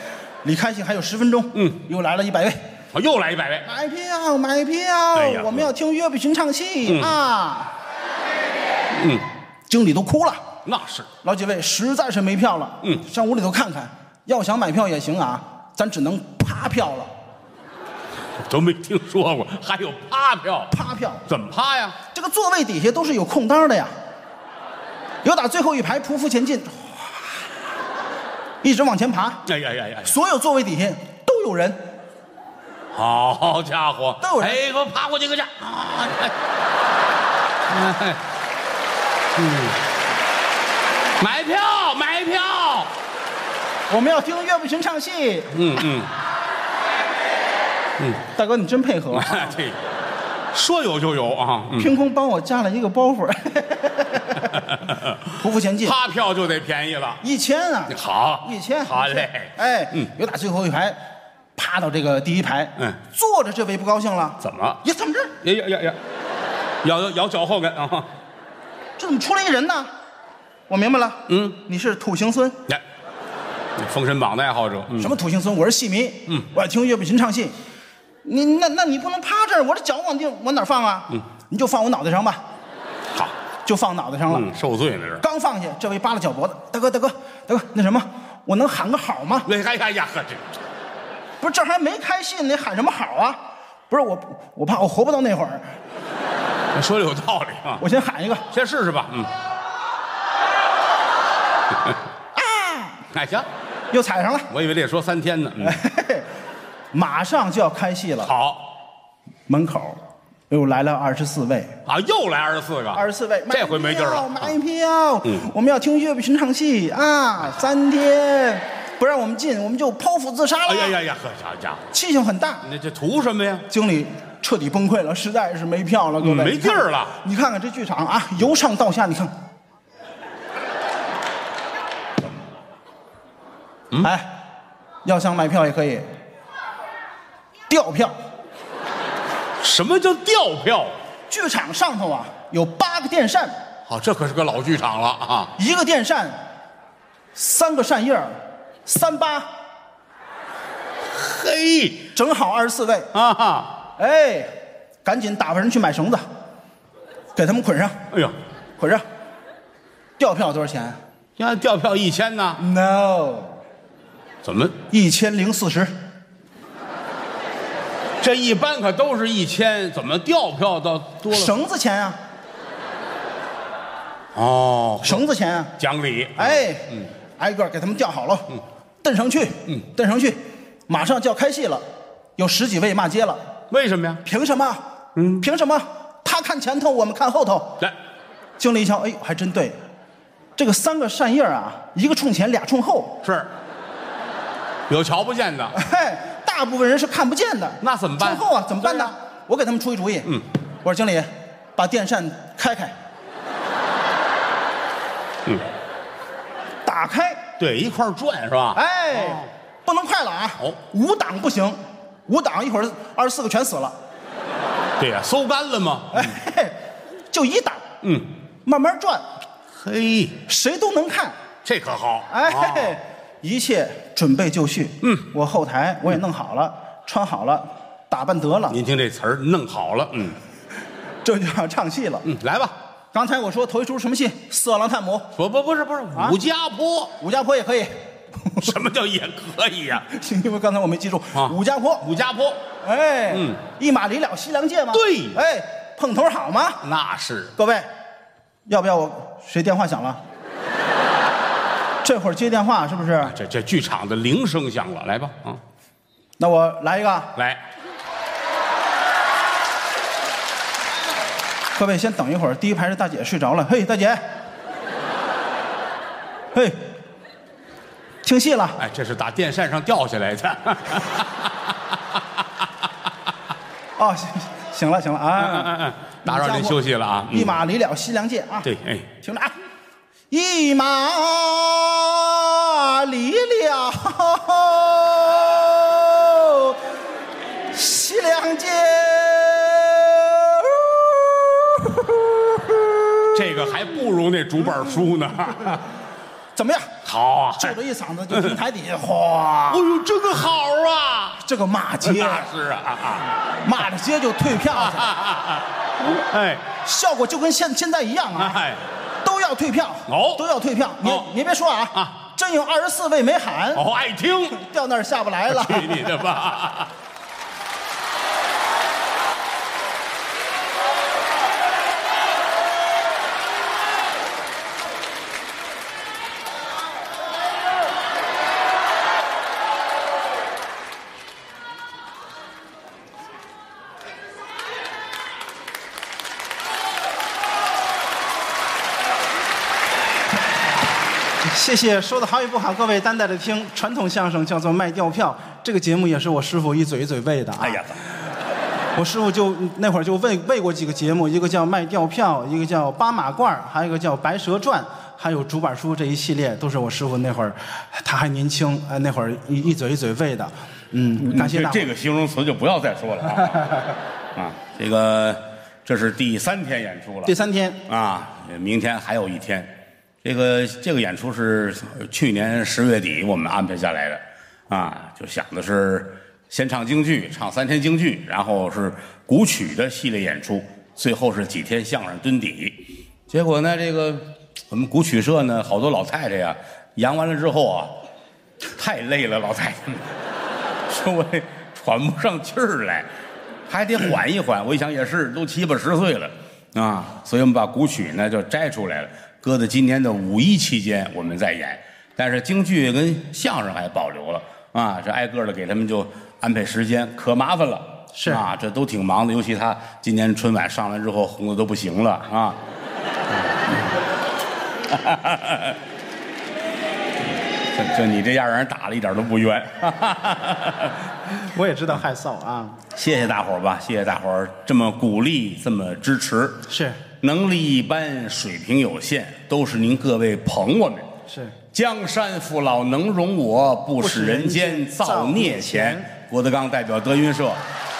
[SPEAKER 3] 离开戏还有十分钟，
[SPEAKER 2] 嗯，
[SPEAKER 3] 又来了一百位，
[SPEAKER 2] 我又来一百位，
[SPEAKER 3] 买票买票
[SPEAKER 2] 哎呀，
[SPEAKER 3] 我们要听岳不群唱戏
[SPEAKER 2] 嗯
[SPEAKER 3] 啊，
[SPEAKER 2] 嗯，
[SPEAKER 3] 经理都哭了。
[SPEAKER 2] 那是
[SPEAKER 3] 老几位实在是没票了，
[SPEAKER 2] 嗯
[SPEAKER 3] 上屋里头看看，要想买票也行啊，咱只能趴票了，
[SPEAKER 2] 都没听说过，还有趴票，
[SPEAKER 3] 趴票。
[SPEAKER 2] 怎么趴呀？
[SPEAKER 3] 这个座位底下都是有空档的呀，有打最后一排匍匐前进，哗一直往前爬，
[SPEAKER 2] 哎呀呀呀！
[SPEAKER 3] 所有座位底下都有人，
[SPEAKER 2] 好家伙，
[SPEAKER 3] 都有人
[SPEAKER 2] 哎，给我爬过去个去啊！哎，哎嗯，买票买票，
[SPEAKER 3] 我们要听岳不群唱戏。
[SPEAKER 2] 嗯 嗯，
[SPEAKER 3] 大哥，你真配合，
[SPEAKER 2] 哎对，说有就有啊，嗯，
[SPEAKER 3] 凭空帮我加了一个包 袱， 匍匐前进，
[SPEAKER 2] 趴票就得便宜了，
[SPEAKER 3] 一千啊，
[SPEAKER 2] 好，
[SPEAKER 3] 一千，
[SPEAKER 2] 好嘞，
[SPEAKER 3] 哎，
[SPEAKER 2] 嗯
[SPEAKER 3] 有打最后一排，趴到这个第一排，
[SPEAKER 2] 嗯
[SPEAKER 3] 坐着这位不高兴了，
[SPEAKER 2] 怎么？
[SPEAKER 3] 呀，怎么这儿
[SPEAKER 2] 呀呀呀呀，咬咬咬脚后跟啊！
[SPEAKER 3] 这怎么出来一人呢？我明白了，
[SPEAKER 2] 嗯，
[SPEAKER 3] 你是土行孙，
[SPEAKER 2] 来，你封神榜的爱好者，嗯
[SPEAKER 3] 什么土行孙？我是戏迷，嗯，我要听岳不群唱戏，你那那你不能趴这儿，我这脚往地我哪儿放啊？嗯，你就放我脑袋上吧，就放脑袋上了。
[SPEAKER 4] 嗯，受罪那是。
[SPEAKER 3] 刚放下，这位扒拉脚脖子，大哥大哥大哥，那什么，我能喊个好吗？
[SPEAKER 4] 那哎呀呀呵，这
[SPEAKER 3] 不是这还没开戏，你喊什么好啊？不是我，我怕我活不到那会儿，
[SPEAKER 4] 这说的有道理啊。
[SPEAKER 3] 我先喊一个。
[SPEAKER 4] 先试试吧，嗯。
[SPEAKER 3] 啊
[SPEAKER 4] 哎行，
[SPEAKER 3] 又踩上了，
[SPEAKER 4] 我以为这说三天呢。嗯，
[SPEAKER 3] 马上就要开戏了。
[SPEAKER 4] 好
[SPEAKER 3] 门口又来了二十四位，
[SPEAKER 4] 啊，又来二十四个，
[SPEAKER 3] 二十四位，
[SPEAKER 4] 这回没地儿了。嗯
[SPEAKER 3] 买票，我们要听岳不群唱戏啊！三天不让我们进，我们就剖腹自杀了。
[SPEAKER 4] 哎呀呀呀，呵，好家伙，
[SPEAKER 3] 气性很大，
[SPEAKER 4] 那这图什么呀？
[SPEAKER 3] 经理彻底崩溃了，实在是没票了，各位
[SPEAKER 4] 嗯没地儿了
[SPEAKER 3] 你看看这剧场啊，由上到下，你看。
[SPEAKER 4] 嗯
[SPEAKER 3] 哎，要想买票也可以，调票。
[SPEAKER 4] 什么叫调票？
[SPEAKER 3] 剧场上头啊有八个电扇，
[SPEAKER 4] 好，这可是个老剧场了啊！
[SPEAKER 3] 一个电扇，三个扇叶儿，三八，
[SPEAKER 4] 嘿，
[SPEAKER 3] 正好二十四位。
[SPEAKER 4] 啊哈，
[SPEAKER 3] 哎，赶紧打发人去买绳子，给他们捆上，
[SPEAKER 4] 哎呦，
[SPEAKER 3] 捆上。调票多少钱
[SPEAKER 4] 要调票一千呢？
[SPEAKER 3] ？No，
[SPEAKER 4] 怎么？
[SPEAKER 3] 一千零四十。
[SPEAKER 4] 这一般可都是一千，怎么调票到多了？
[SPEAKER 3] 绳子钱啊，
[SPEAKER 4] 哦，
[SPEAKER 3] 绳子钱啊。
[SPEAKER 2] 嗯
[SPEAKER 4] 讲理。
[SPEAKER 3] 哎，挨个给他们调好了，蹬上去，蹬上去，马上就要开戏了，有十几位骂街了。
[SPEAKER 4] 为什么呀？
[SPEAKER 3] 凭什么？嗯，凭什么？他看前头，我们看后头。
[SPEAKER 4] 来，
[SPEAKER 3] 经理一瞧，哎呦，还真对，这个三个扇叶儿啊，一个冲前，俩冲后，
[SPEAKER 4] 是有瞧不见的，
[SPEAKER 3] 嘿，大部分人是看不见的。
[SPEAKER 4] 那怎么办
[SPEAKER 3] 冲后啊，怎么办呢？我给他们出一主意。
[SPEAKER 4] 嗯，
[SPEAKER 3] 我说经理，把电扇开开。
[SPEAKER 4] 嗯，
[SPEAKER 3] 打开，
[SPEAKER 4] 对，一块儿转是吧？
[SPEAKER 3] 哎，
[SPEAKER 4] 哦
[SPEAKER 3] 不能快了啊。
[SPEAKER 4] 哦
[SPEAKER 3] 五档不行，五档一会儿二十四个全死了。
[SPEAKER 4] 对呀、搜干了吗？
[SPEAKER 3] 哎，嘿就一档，
[SPEAKER 4] 嗯，
[SPEAKER 3] 慢慢转，
[SPEAKER 4] 嘿，
[SPEAKER 3] 谁都能看。
[SPEAKER 4] 这可好。
[SPEAKER 3] 哎，
[SPEAKER 4] 啊
[SPEAKER 3] 嘿一切准备就绪。嗯，我后台我也弄好了，
[SPEAKER 4] 嗯
[SPEAKER 3] 穿好了，打扮得了，
[SPEAKER 4] 您听这词儿弄好了，嗯
[SPEAKER 3] 这就要唱戏了。
[SPEAKER 4] 嗯，来吧。
[SPEAKER 3] 刚才我说头一出什么戏？色狼探母，
[SPEAKER 4] 不不不是不是，
[SPEAKER 3] 啊
[SPEAKER 4] 武家坡，
[SPEAKER 3] 武家坡也可以，
[SPEAKER 4] 什么叫也可以呀、
[SPEAKER 3] 因为刚才我没记住。
[SPEAKER 4] 啊
[SPEAKER 3] 武家坡，
[SPEAKER 4] 武家坡
[SPEAKER 3] 哎，
[SPEAKER 4] 嗯，
[SPEAKER 3] 一马离了西凉界嘛。
[SPEAKER 4] 对
[SPEAKER 3] 哎，碰头好吗？
[SPEAKER 4] 那是
[SPEAKER 3] 各位，要不要我？谁电话响了？这会儿接电话是不是？
[SPEAKER 4] 这这剧场的铃声响了，来吧，啊，
[SPEAKER 3] 那我来一个，
[SPEAKER 4] 来，
[SPEAKER 3] 各位先等一会儿，第一排这大姐睡着了。嘿，大姐，嘿，听戏了？
[SPEAKER 4] 哎，这是打电扇上掉下来的，
[SPEAKER 3] 哦，行行了行了
[SPEAKER 4] 嗯嗯
[SPEAKER 3] 啊，
[SPEAKER 4] 嗯打扰您休息了啊。
[SPEAKER 3] 一马离了西凉界啊。
[SPEAKER 4] 嗯，对，哎，
[SPEAKER 3] 听着啊，一马离了西凉界。
[SPEAKER 4] 这个还不如那竹板书 呢。
[SPEAKER 3] 怎么样？
[SPEAKER 4] 好啊，
[SPEAKER 3] 就这一嗓子，就平台底下，哗
[SPEAKER 4] 哎，呦，这个好啊，
[SPEAKER 3] 这个骂街，
[SPEAKER 4] 那是啊啊
[SPEAKER 3] 骂着街就退票去
[SPEAKER 4] 啊啊。啊！哎
[SPEAKER 3] 效果就跟现现在一样啊，
[SPEAKER 4] 哎，
[SPEAKER 3] 都要退票，
[SPEAKER 4] 哦
[SPEAKER 3] 都要退票。你
[SPEAKER 4] 哦
[SPEAKER 3] 你别说啊，
[SPEAKER 4] 啊
[SPEAKER 3] 真有二十四位没喊，
[SPEAKER 4] 哦，爱听，
[SPEAKER 3] 掉那儿下不来了。
[SPEAKER 4] 去你的吧！
[SPEAKER 3] 谢谢，说的好与不好，各位担待着听。传统相声叫做卖吊票，这个节目也是我师傅一嘴一嘴喂的啊。
[SPEAKER 4] 哎呀，
[SPEAKER 3] 我师傅就那会儿就喂喂过几个节目，一个叫卖吊票，一个叫八马褂儿，还有一个叫白蛇传，还有竹板书这一系列，都是我师傅那会儿他还年轻，哎，那会儿一一嘴一嘴喂的。嗯，感谢
[SPEAKER 2] 这
[SPEAKER 3] 大伙
[SPEAKER 2] 这个形容词就不要再说了啊！啊，这个这是第三天演出了
[SPEAKER 3] 第三天
[SPEAKER 2] 啊，明天还有一天。这个这个演出是去年十月底我们安排下来的啊，就想的是先唱京剧，唱三天京剧，然后是古曲的系列演出，最后是几天相声蹲底。结果呢，这个我们古曲社呢，好多老太太呀，扬完了之后啊， 太累了，老太 太们，说我这喘不上气儿来，还得缓一缓。我一想也是，都七八十岁了啊，所以我们把古曲呢就摘出来了，搁在今年的五一期间我们再演。但是京剧跟相声还保留了啊，这挨个的给他们就安排时间，可麻烦了。
[SPEAKER 3] 是
[SPEAKER 2] 啊，这都挺忙的，尤其他今年春晚上来之后红的都不行了啊。这这你这样让人打了一点都不冤。
[SPEAKER 3] 我也知道害臊啊，
[SPEAKER 2] 谢谢大伙儿吧，谢谢大伙儿这么鼓励，这么支持。
[SPEAKER 3] 是
[SPEAKER 2] 能力一般，水平有限，都是您各位捧我们。
[SPEAKER 3] 是，
[SPEAKER 2] 江山父老能容我，不使人间
[SPEAKER 3] 造
[SPEAKER 2] 造孽
[SPEAKER 3] 孽
[SPEAKER 2] 钱。郭德纲代表德云社，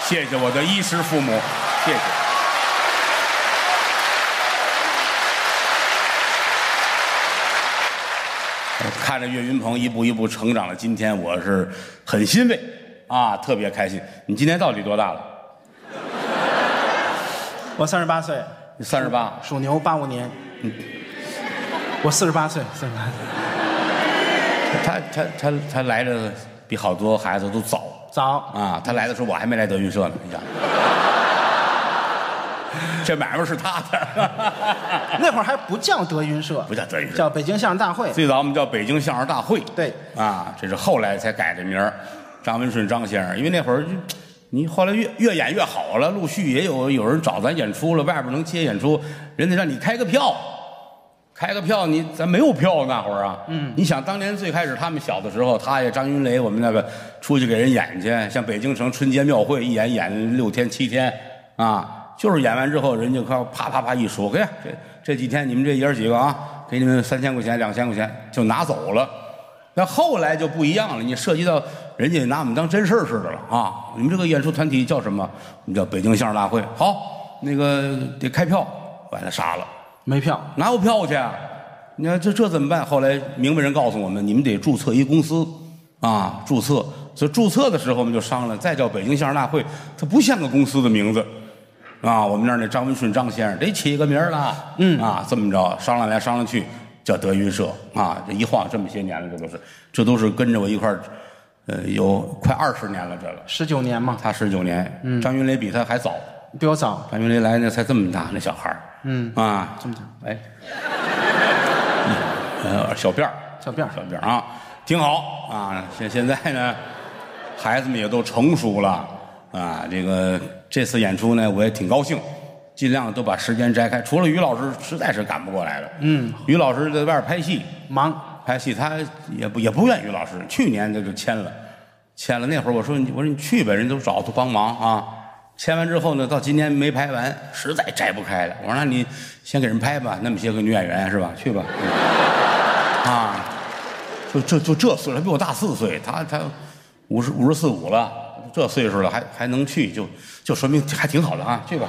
[SPEAKER 2] 谢谢我的衣食父母，谢谢。看着岳云鹏一步一步成长到今天，我是很欣慰啊，特别开心。你今年到底多大了？
[SPEAKER 3] 我三十八岁，
[SPEAKER 2] 三十八。
[SPEAKER 3] 属牛，八五年，嗯我四十八岁，四十八岁，
[SPEAKER 2] 他他他他来的比好多孩子都早
[SPEAKER 3] 早，
[SPEAKER 2] 啊！他来的时候我还没来德云社呢，你想，这买卖是他的。
[SPEAKER 3] 那会儿还不叫德云社，
[SPEAKER 2] 不叫德云社
[SPEAKER 3] 叫北京相声大会，
[SPEAKER 2] 最早我们叫北京相声大会，
[SPEAKER 3] 对
[SPEAKER 2] 啊，这是后来才改的名儿。张文顺张先生，因为那会儿就你后来越越演越好了，陆续也有有人找咱演出了，外边能接演出，人家让你开个票，开个票你咱没有票那会儿啊，嗯，你想当年最开始他们小的时候，他也张云雷我们那个出去给人演去，像北京城春节庙会一演演六天七天啊，就是演完之后人家靠啪啪啪一数，给这这几天你们这爷儿几个啊，给你们三千块钱两千块钱就拿走了。那后来就不一样了，你涉及到人家拿我们当真事儿似的了啊！你们这个演出团体叫什么？我们叫北京相声大会。好，那个得开票，把他杀了。
[SPEAKER 3] 没票，
[SPEAKER 2] 哪有票去啊？你看这这怎么办？后来明白人告诉我们，你们得注册一公司啊，注册。所以注册的时候我们就商量，再叫北京相声大会，它不像个公司的名字啊。我们那儿那张文顺张先生得起个名儿啦，嗯啊，这么着商量来商量去，叫德云社啊。这一晃这么些年了，这都是这都是跟着我一块儿，呃，有快二十年了。这个
[SPEAKER 3] 十九年嘛，
[SPEAKER 2] 他十九年，张云雷比他还早。
[SPEAKER 3] 比我早，
[SPEAKER 2] 潘云雷来那才这么大，那小孩儿，嗯啊，这么大，哎，呃，小辫儿，
[SPEAKER 3] 小辫儿
[SPEAKER 2] 小辫儿啊，挺好啊。现现在呢，孩子们也都成熟了啊。这个这次演出呢，我也挺高兴，尽量都把时间摘开。除了于老师，实在是赶不过来了。嗯，于老师在外边拍戏，
[SPEAKER 3] 忙，
[SPEAKER 2] 拍戏，他也不也不愿于老师。去年他就签了，签了那会儿我说你我说你去呗，人都找都帮忙啊。签完之后呢，到今年没拍完，实在摘不开了。我说那你先给人拍吧，那么些个女演员是吧？去吧， 嗯啊，就就就这岁数，他比我大四岁，他他五十五十四五了，这岁数了还还能去，就就说明还挺好的啊，去吧。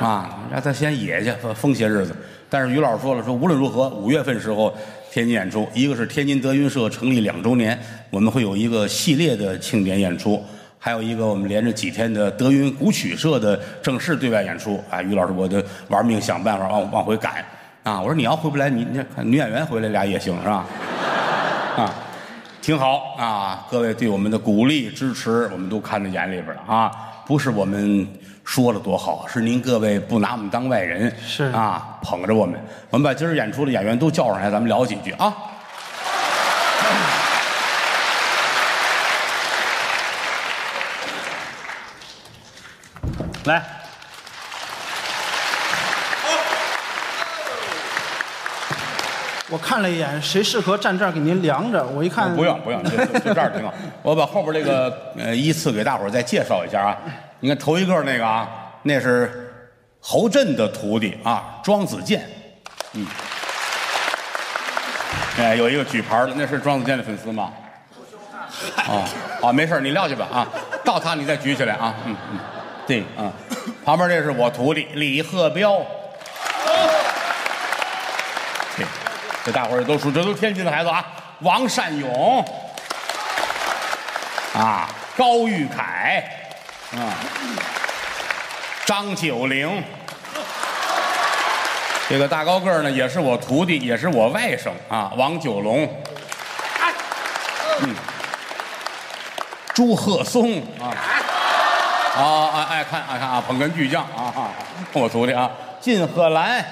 [SPEAKER 2] 嗯啊，让他先野去，封些日子。但是于老师说了，说无论如何，五月份时候天津演出，一个是天津德云社成立两周年，我们会有一个系列的庆典演出，还有一个我们连着几天的德云古曲社的正式对外演出。啊，于老师，我就玩命想办法往往回赶。啊，我说你要回不来，你你看女演员回来俩也行是吧？啊，挺好啊！各位对我们的鼓励支持，我们都看在眼里边了啊！不是我们说了多好，是您各位不拿我们当外人，
[SPEAKER 3] 是
[SPEAKER 2] 啊，捧着我们。我们把今儿演出的演员都叫上来，咱们聊几句啊。来，
[SPEAKER 3] 我看了一眼，谁适合站这儿给您量着？我一看，
[SPEAKER 2] 不用不用，就就就这儿挺好。我把后边这个呃依次给大伙儿再介绍一下啊。你看头一个那个啊，那是侯震的徒弟啊，庄子健，嗯，哎，有一个举牌的，那是庄子健的粉丝吗？哦，好，没事儿你撂下吧啊，到他你再举起来啊，嗯嗯，对啊，旁边这是我徒弟李鹤彪，对，这大伙儿都熟，这都是天津的孩子啊，王善勇，啊，高玉凯，啊，张九龄，这个大高个儿呢，也是我徒弟，也是我外甥啊，王九龙，嗯
[SPEAKER 4] 哎，
[SPEAKER 2] 朱鹤松啊，啊爱爱看爱看啊，捧哏巨匠啊啊，我徒弟啊，靳鹤兰，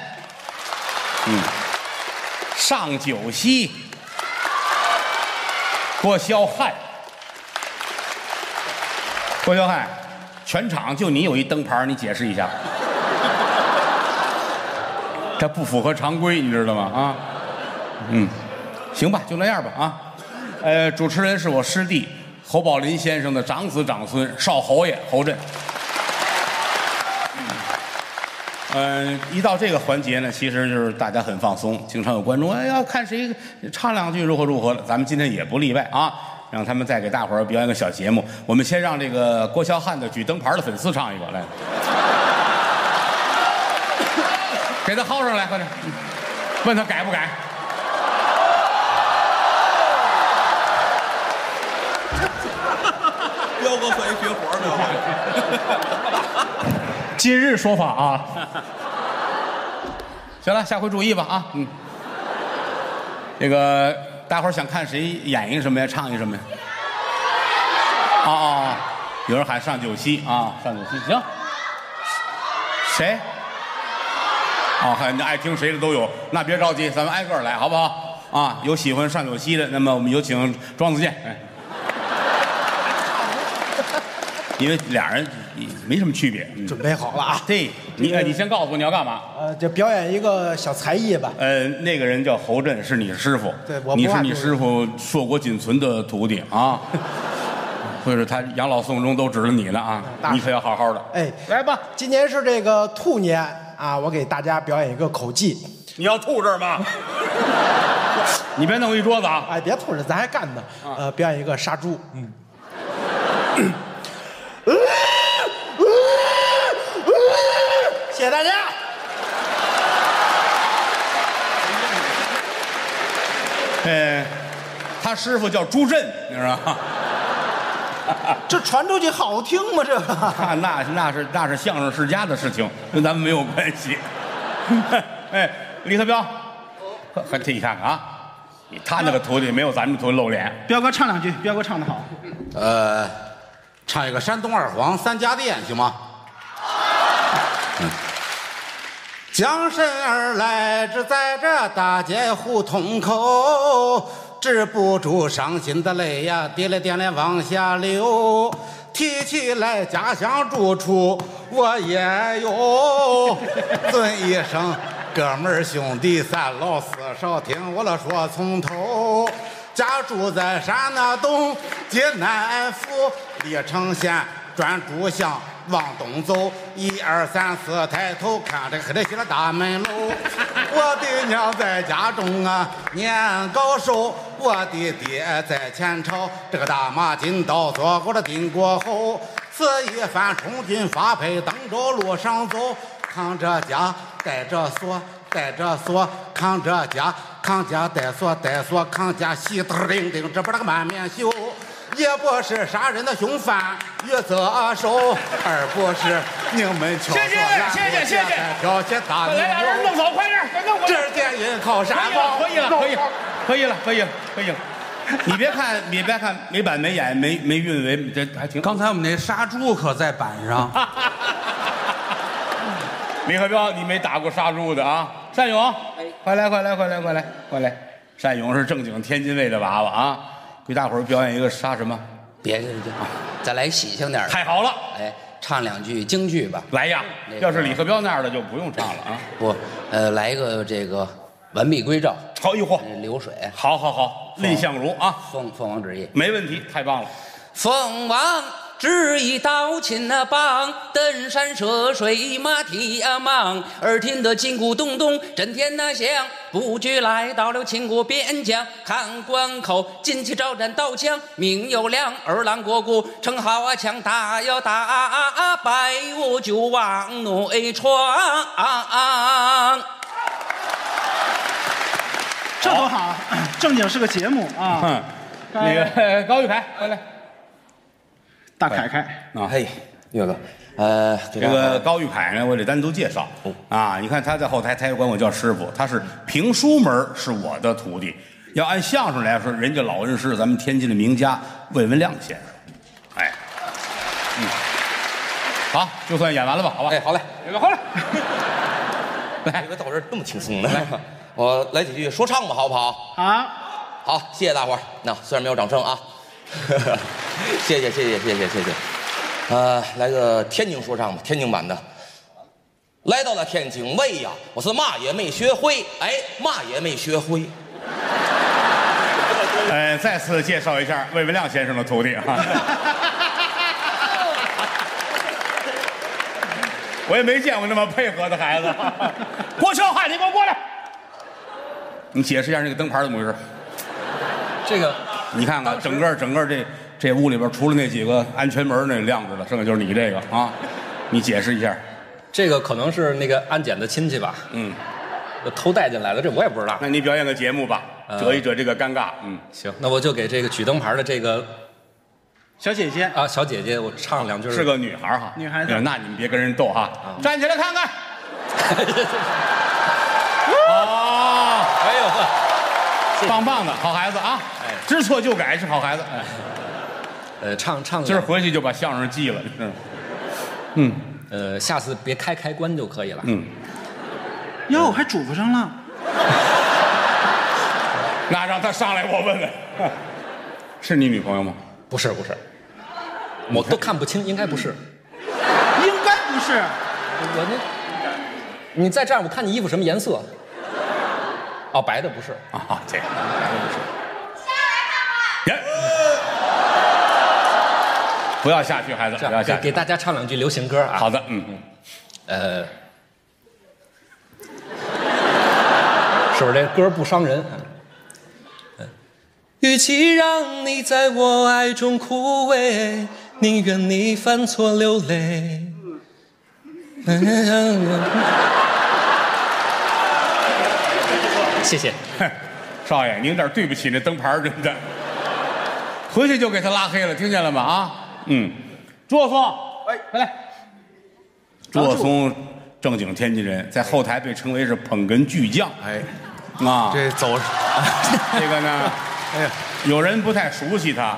[SPEAKER 2] 嗯，尚九溪，郭霄汉，郭霄汉，全场就你有一灯牌儿，你解释一下，这不符合常规，你知道吗？啊，嗯，行吧，就那样吧啊。呃，主持人是我师弟侯宝林先生的长子长孙少侯爷侯震。嗯、呃一到这个环节呢，其实就是大家很放松，经常有观众哎呀看谁唱两句如何如何了，咱们今天也不例外啊，让他们再给大伙儿表演个小节目。我们先让这个郭霄汉的举灯牌的粉丝唱一个来， 给他薅上来，快点，嗯问他改不改。
[SPEAKER 5] 彪哥算一绝活儿，彪哥。
[SPEAKER 2] 今日说法啊。行了，下回注意吧啊，嗯。这个大伙儿想看谁演一个什么呀，唱一个什么呀？哦哦，哦有人喊上九溪啊，上九溪行。谁？哦，还爱听谁的都有，那别着急，咱们挨个儿来，好不好？啊，有喜欢上九溪的，那么我们有请庄子健。哎因为俩人没什么区别，嗯
[SPEAKER 6] 准备好了啊！
[SPEAKER 2] 对，你哎，你先告诉我你要干嘛？
[SPEAKER 6] 呃，就表演一个小才艺吧。
[SPEAKER 2] 呃，那个人叫侯震，是你师傅。
[SPEAKER 6] 对我不
[SPEAKER 2] 你是
[SPEAKER 6] 怕
[SPEAKER 2] 你
[SPEAKER 6] 就是
[SPEAKER 2] 师傅硕果仅存的徒弟 啊，或者他养老送终都指着你了啊，
[SPEAKER 6] 那
[SPEAKER 2] 你可要好好的。
[SPEAKER 6] 哎，
[SPEAKER 2] 来吧，
[SPEAKER 6] 今年是这个兔年啊，我给大家表演一个口技。
[SPEAKER 2] 你要吐这儿 吗？你别弄一桌子啊！
[SPEAKER 6] 哎，别吐了，咱还干呢。呃，表演一个杀猪。嗯。 谢谢大家。
[SPEAKER 2] 呃，他师傅叫朱震，你知道吗？
[SPEAKER 6] 这传出去好听吗？这个。
[SPEAKER 2] 啊，那那是那是相声世家的事情，跟咱们没有关系。 哦哎，李克彪，还这一看看啊，你他那个徒弟没有咱们徒弟露脸。
[SPEAKER 3] 彪哥唱两句，彪哥唱的好。
[SPEAKER 4] 呃，唱一个山东二黄三家店行吗？嗯江山而来，只在这大街胡同口，止不住伤心的泪呀，滴了点点往下流。提起来家乡住处，我也有。尊一声，哥们儿兄弟三老四少，听我了说从头。家住在山那东，济南府历城县专诸乡。往东走，一二三四，抬头看这黑的稀了大门楼。我的娘在家中啊，年高寿；我的爹在前朝，这个大马金刀做过了金国侯。此一番冲军发配，登着路上走，扛着家，带着锁，带着锁，扛着家，扛家带锁，带锁扛家，喜得叮叮，这不那个满面羞。也不是杀人的凶犯与责手，而不是你们敲
[SPEAKER 2] 谢谢谢谢谢谢
[SPEAKER 4] 挑些大
[SPEAKER 2] 啊快来，俩人弄走，快点，别弄我哎
[SPEAKER 4] 这。是电音靠山包，
[SPEAKER 2] 可以了，可以了，可以了，可以了，可以了，可以了。你别看，你别看，没板没眼，没没韵味，这还挺。
[SPEAKER 1] 刚才我们那杀猪可在板上，
[SPEAKER 2] 李克彪，你没打过杀猪的啊？单勇，快来，快来，快来，快来，快来！单勇是正经天津卫的娃娃啊，给大伙儿表演一个杀什么？
[SPEAKER 7] 别别别，再来喜庆点儿的，
[SPEAKER 2] 太好了，
[SPEAKER 7] 哎，唱两句京剧吧，
[SPEAKER 2] 来呀！要是李克彪那样的就不用唱了啊。
[SPEAKER 7] 不，呃，来一个这个完璧归赵，呃
[SPEAKER 2] 好，一伙，
[SPEAKER 7] 流水，
[SPEAKER 2] 好好好，蔺相如啊，
[SPEAKER 7] 凤凤凰之翼，
[SPEAKER 2] 没问题，太棒了。
[SPEAKER 7] 凤凰之翼刀秦那棒，登山涉水马蹄呀忙，耳听得金鼓咚咚震天那啊响。不觉来到了秦国边疆，看关口进去招展刀枪，名有良，儿郎国姑称好啊强，打呀打啊，白雾就往内闯。啊
[SPEAKER 3] 这多好啊，正经是个节目啊。
[SPEAKER 2] 嗯，那个高玉凯，快来。
[SPEAKER 3] 大凯凯，
[SPEAKER 2] 啊，
[SPEAKER 7] 嘿，
[SPEAKER 8] 岳哥，呃，给
[SPEAKER 2] 这
[SPEAKER 8] 大家
[SPEAKER 2] 个高玉凯呢，我得单独介绍啊。你看他在后台，他也管我叫师傅，他是评书门儿是我的徒弟。要按相声来说，人家老恩师，咱们天津的名家魏文亮先生，哎，嗯，好，就算演完了吧，好吧？
[SPEAKER 8] 哎，好嘞，哎
[SPEAKER 2] 岳 哥，好嘞，
[SPEAKER 8] 来，岳哥到这儿这么轻松呢，我来几句说唱吧，好不好？
[SPEAKER 9] 啊，
[SPEAKER 8] 好，谢谢大伙儿。那虽然没有掌声啊， 谢谢谢谢谢谢谢谢。呃，来个天津说唱吧，天津版的。来到了天津卫呀，我是嘛也没学会，哎，嘛也没学会。
[SPEAKER 2] 呃，再次介绍一下魏文亮先生的徒弟啊。 我也没见过那么配合的孩子。 郭秀汉，你给我过来！你解释一下这个灯牌怎么回事？
[SPEAKER 8] 这个
[SPEAKER 2] 你看看，整个整个这这屋里边，除了那几个安全门那亮着的，剩下就是你这个啊。你解释一下，
[SPEAKER 10] 这个可能是那个安检的亲戚吧，
[SPEAKER 2] 嗯，
[SPEAKER 10] 偷带进来的，这我也不知道。
[SPEAKER 2] 那你表演个节目吧，折一折这个尴尬，嗯，
[SPEAKER 10] 行，那我就给这个举灯牌的这个
[SPEAKER 9] 小姐姐，
[SPEAKER 10] 啊小姐姐，我唱两句。
[SPEAKER 7] 嗯
[SPEAKER 2] 是个女孩儿哈，
[SPEAKER 9] 女孩子
[SPEAKER 2] 哎那你们别跟人斗哈，站起来看看。哦，
[SPEAKER 10] 哎呦呵，
[SPEAKER 2] 棒棒的好孩子啊，知错就改是好孩子，哎
[SPEAKER 10] 呃，唱唱
[SPEAKER 2] 今儿回去就把相声记了，嗯
[SPEAKER 10] 呃，下次别开开关就可以了。
[SPEAKER 2] 嗯，
[SPEAKER 9] 哟，还嘱咐上了，
[SPEAKER 2] 那让他上来我问问，是你女朋友吗？
[SPEAKER 10] 不是不是，我都看不清，应该不是。
[SPEAKER 9] 应该不是。
[SPEAKER 10] 我那，你再这样，我看你衣服什么颜色？哦，白的不是。
[SPEAKER 2] 啊，这个人不要下去，孩子，
[SPEAKER 10] 这
[SPEAKER 2] 不要
[SPEAKER 10] 样给
[SPEAKER 2] 下
[SPEAKER 10] 给
[SPEAKER 2] 去。
[SPEAKER 10] 大家唱两句流行歌啊。
[SPEAKER 2] 好的，嗯，
[SPEAKER 10] 呃，是不是这歌不伤人？
[SPEAKER 11] 与其让你在我爱中枯萎，宁愿你犯错流泪。
[SPEAKER 10] 谢谢。
[SPEAKER 2] 哼少爷，您有点对不起那灯牌儿，真的。回去就给他拉黑了，听见了吗？啊，嗯，卓松，哎，回来。卓松，正经天津人，在后台被称为是捧哏巨匠。
[SPEAKER 3] 哎，
[SPEAKER 2] 啊，
[SPEAKER 3] 这走，
[SPEAKER 2] 这个呢，哎呀，有人不太熟悉他，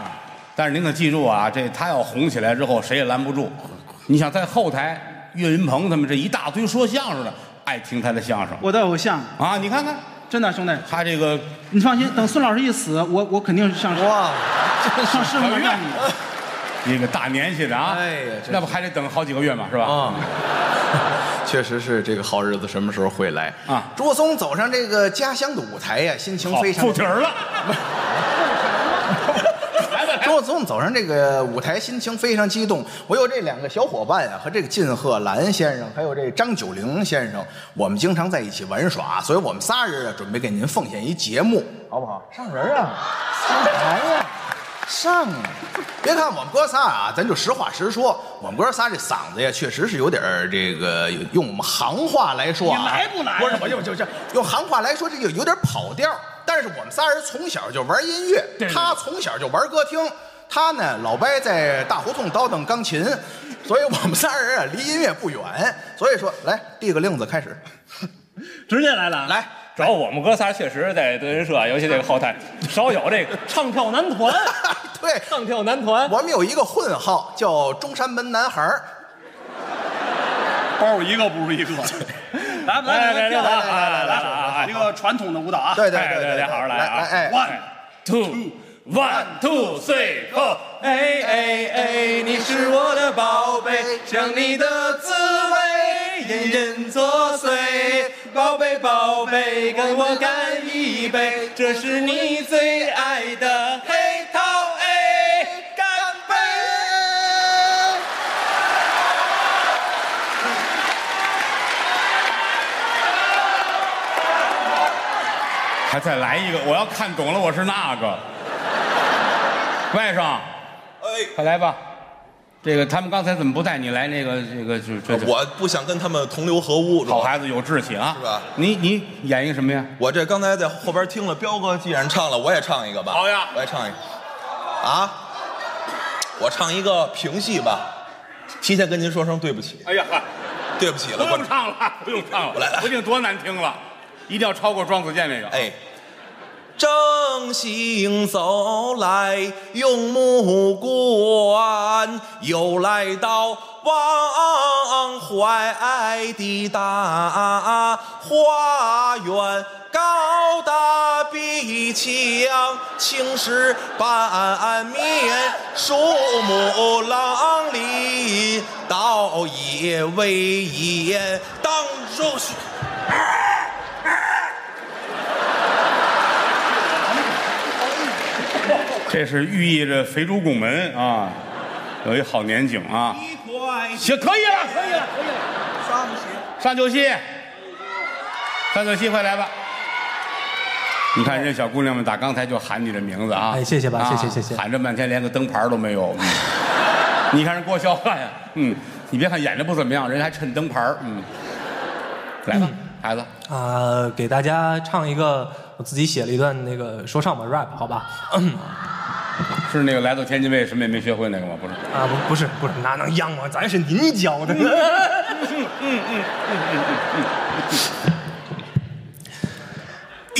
[SPEAKER 2] 但是您可记住啊，这他要红起来之后，谁也拦不住。你想在后台，岳云鹏他们这一大堆说相声的，爱听他的相声
[SPEAKER 9] 我的偶像，
[SPEAKER 2] 啊，你看看
[SPEAKER 9] 真的兄弟，
[SPEAKER 2] 他这个
[SPEAKER 9] 你放心，等孙老师一死，我我肯定是上
[SPEAKER 3] 哇，
[SPEAKER 9] 上师傅那儿干你。
[SPEAKER 2] 这个大年纪的啊，
[SPEAKER 3] 哎呀真是
[SPEAKER 2] 那不还得等好几个月嘛，是吧？
[SPEAKER 3] 啊， 确实是这个好日子什么时候会来
[SPEAKER 2] 啊？
[SPEAKER 3] 卓松走上这个家乡的舞台呀，心情
[SPEAKER 2] 好，
[SPEAKER 3] 非常
[SPEAKER 2] 附。体儿了，
[SPEAKER 3] 卓松走上这个舞台，心情非常激动。我有这两个小伙伴啊，和这个靳鹤兰先生，还有这张九龄先生，我们经常在一起玩耍，所以我们仨人啊，准备给您奉献一节目，好不好？上人啊，上台呀、上啊！别看我们哥仨啊，咱就实话实说，我们哥仨这嗓子呀，确实是有点儿这个，用我们行话来说、啊，
[SPEAKER 9] 你来不来啊
[SPEAKER 3] 不是，我就就就用行话来说，这就有点跑调儿。但是我们仨人从小就玩音乐，
[SPEAKER 2] 对对
[SPEAKER 3] 他从小就玩歌厅，他呢老伯在大胡同叨叨钢琴， 所以我们仨人啊离音乐不远。所以说，来递个令子开始，
[SPEAKER 9] 直接来了，
[SPEAKER 3] 来，
[SPEAKER 12] 主要我们哥仨确实在德云社，尤其这个后台，少有这个唱跳男团，
[SPEAKER 3] 对
[SPEAKER 12] 唱跳男团
[SPEAKER 3] 我们有一个混号叫中山门男孩儿
[SPEAKER 12] 包一个不如 一个。
[SPEAKER 9] 来
[SPEAKER 12] 来来来来
[SPEAKER 9] 来
[SPEAKER 12] 来来来来
[SPEAKER 9] 一个传统的舞蹈啊，
[SPEAKER 3] 对对
[SPEAKER 12] 哎
[SPEAKER 3] 对
[SPEAKER 12] 对对好好来
[SPEAKER 3] 来
[SPEAKER 12] 啊
[SPEAKER 3] 哎。
[SPEAKER 9] ，one
[SPEAKER 12] Two one two three four，
[SPEAKER 11] 哎哎哎，你是我的宝贝，想你的滋味隐隐作祟。宝贝宝贝，跟我干一杯，这是你最爱的黑桃 A，干杯！
[SPEAKER 2] 还再来一个，我要看懂了，我是那个外甥，快来吧。这个他们刚才怎么不带你来？那个这个就这这
[SPEAKER 13] 我不想跟他们同流合污，
[SPEAKER 2] 好孩子有志气啊，
[SPEAKER 13] 是吧
[SPEAKER 2] 你你演一个什么呀？
[SPEAKER 13] 我这刚才在后边听了，彪哥既然唱了，我也唱一个吧。
[SPEAKER 2] 好呀
[SPEAKER 13] 我也唱一个。啊，我唱一个评戏吧。
[SPEAKER 11] 提前跟您说声对不起，
[SPEAKER 2] 哎呀，嗨，
[SPEAKER 11] 对不起了，
[SPEAKER 2] 不
[SPEAKER 11] 观
[SPEAKER 2] 用
[SPEAKER 11] 众。
[SPEAKER 2] 唱了，不用唱了，不定多难听了，一定要超过庄子健那个。
[SPEAKER 11] 哎，
[SPEAKER 2] 正
[SPEAKER 11] 行走来用目观，又来到忘怀的大花园。高大壁墙，青石板面，树木朗里，倒也威严。当如雪
[SPEAKER 2] 这是寓意着肥猪拱门啊，有一好年景啊。行，可以了，可以了，可以了。
[SPEAKER 11] 上不
[SPEAKER 2] 上酒席，上酒席，快来吧！你看人家小姑娘们打刚才就喊你的名字啊！
[SPEAKER 6] 哎谢谢吧
[SPEAKER 2] 啊
[SPEAKER 6] 谢谢谢谢
[SPEAKER 2] 喊这半天连个灯牌都没有。嗯你看人郭霄汉呀，嗯，你别看演的不怎么样，人家还衬灯牌儿嗯。来吧，孩子，
[SPEAKER 14] 啊，给大家唱一个我自己写了一段那个说唱吧 rap 好吧？
[SPEAKER 2] 是那个来到天津卫什么也没学会那个吗？不是。
[SPEAKER 14] 啊不不是不是，哪能央啊？咱是您教的。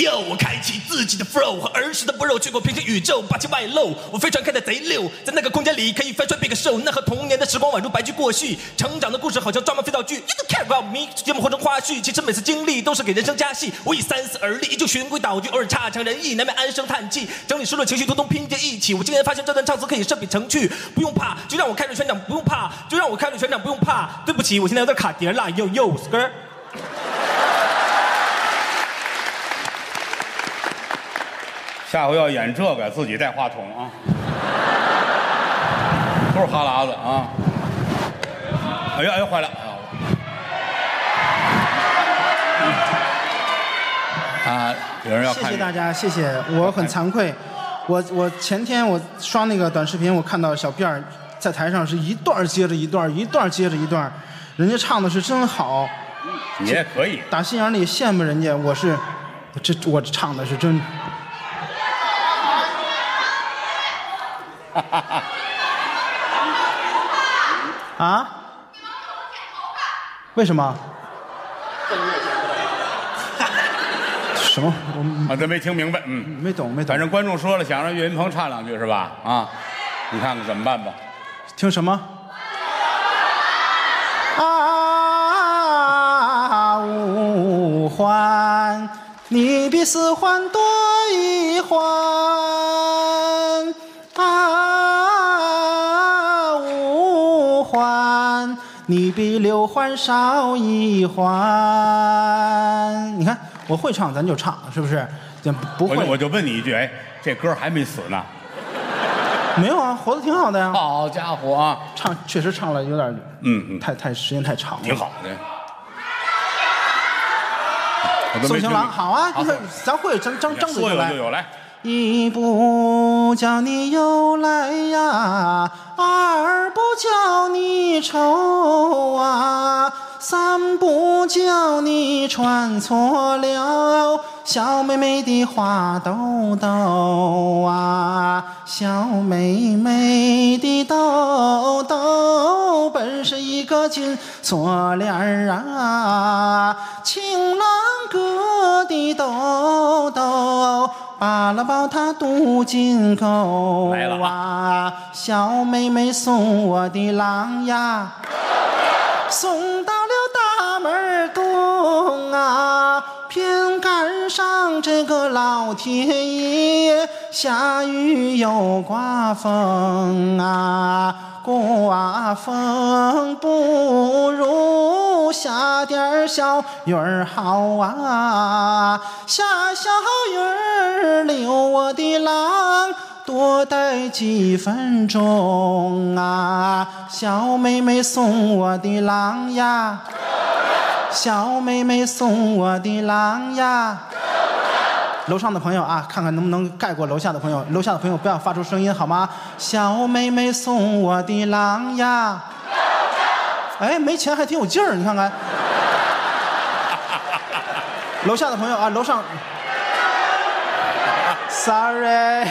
[SPEAKER 12] 哟，我开启自己的 flow，和儿时的温柔越过平行宇宙，把情外露。我飞船开得贼溜，在那个空间里可以翻船变个兽。那和童年的时光宛如白驹过隙，成长的故事好像抓马肥皂剧。You don't care about me，节目活成花絮。其实每次经历都是给人生加戏。我以三思而立，依旧循规蹈矩，偶尔差强人意，难免唉声叹气。整理失落情绪，通通拼接一起。我竟然发现这段唱词可以设笔成句，不用怕，就让我开着全场，不用怕，就让我开着全场，不用怕。对不起，我现在有点卡碟了，哟哟，skr。
[SPEAKER 2] 下回要演这个，自己带话筒啊，都是哈喇子啊。哎呀哎呀，坏了！啊，有人要
[SPEAKER 3] 看
[SPEAKER 6] 谢谢大家，谢谢，我很惭愧，我我前天我刷那个短视频，我看到小辫儿在台上是一段儿接着一段儿，一段儿接着一段儿，人家唱的是真好，
[SPEAKER 2] 你也可以，
[SPEAKER 6] 打心眼里羡慕人家，我是这我唱的是真， 啊？为什么？什么？
[SPEAKER 2] 啊，这没听明白，嗯，
[SPEAKER 6] 没懂没懂。
[SPEAKER 2] 反正观众说了，想让岳云鹏唱两句是吧？啊，你看看怎么办吧。
[SPEAKER 6] 听什么？啊，五环，你比四环多一环。啊，五环，你比六环少一环。你看，我会唱，咱就唱，是不是？这不
[SPEAKER 2] 我
[SPEAKER 6] 会
[SPEAKER 2] 就我就问你一句，哎，这歌还没死呢？
[SPEAKER 6] 没有啊，活得挺好的呀。
[SPEAKER 2] 好家伙啊，
[SPEAKER 6] 唱确实唱了有点，
[SPEAKER 2] 嗯嗯，
[SPEAKER 6] 太太时间太长了。
[SPEAKER 2] 挺好的。我都
[SPEAKER 6] 宋
[SPEAKER 2] 没
[SPEAKER 6] 情
[SPEAKER 2] 听
[SPEAKER 6] 郎，好啊，你
[SPEAKER 2] 说
[SPEAKER 6] 看咱会，咱张张嘴
[SPEAKER 2] 有
[SPEAKER 6] 来
[SPEAKER 2] 就。有，来。
[SPEAKER 6] 一不叫你又来呀，二不叫你愁啊，三不叫你穿错了小妹妹的花兜兜啊，小妹妹的兜兜本是一个金锁链儿啊，情郎哥的兜兜。把了抱他镀金钩啊，小妹妹送我的郎呀，送到了大门东啊，偏赶上这个老天爷下雨又刮风啊，刮风不如下点儿小雨儿好啊，下小雨儿留我的郎。多待几分钟啊，小妹妹送我的郎呀，小妹妹送我的郎呀。楼上的朋友啊，看看能不能盖过楼下的朋友，楼下的朋友不要发出声音好吗？小妹妹送我的郎呀，哎，没钱还挺有劲儿，你看看。楼下的朋友啊，楼上，sorry，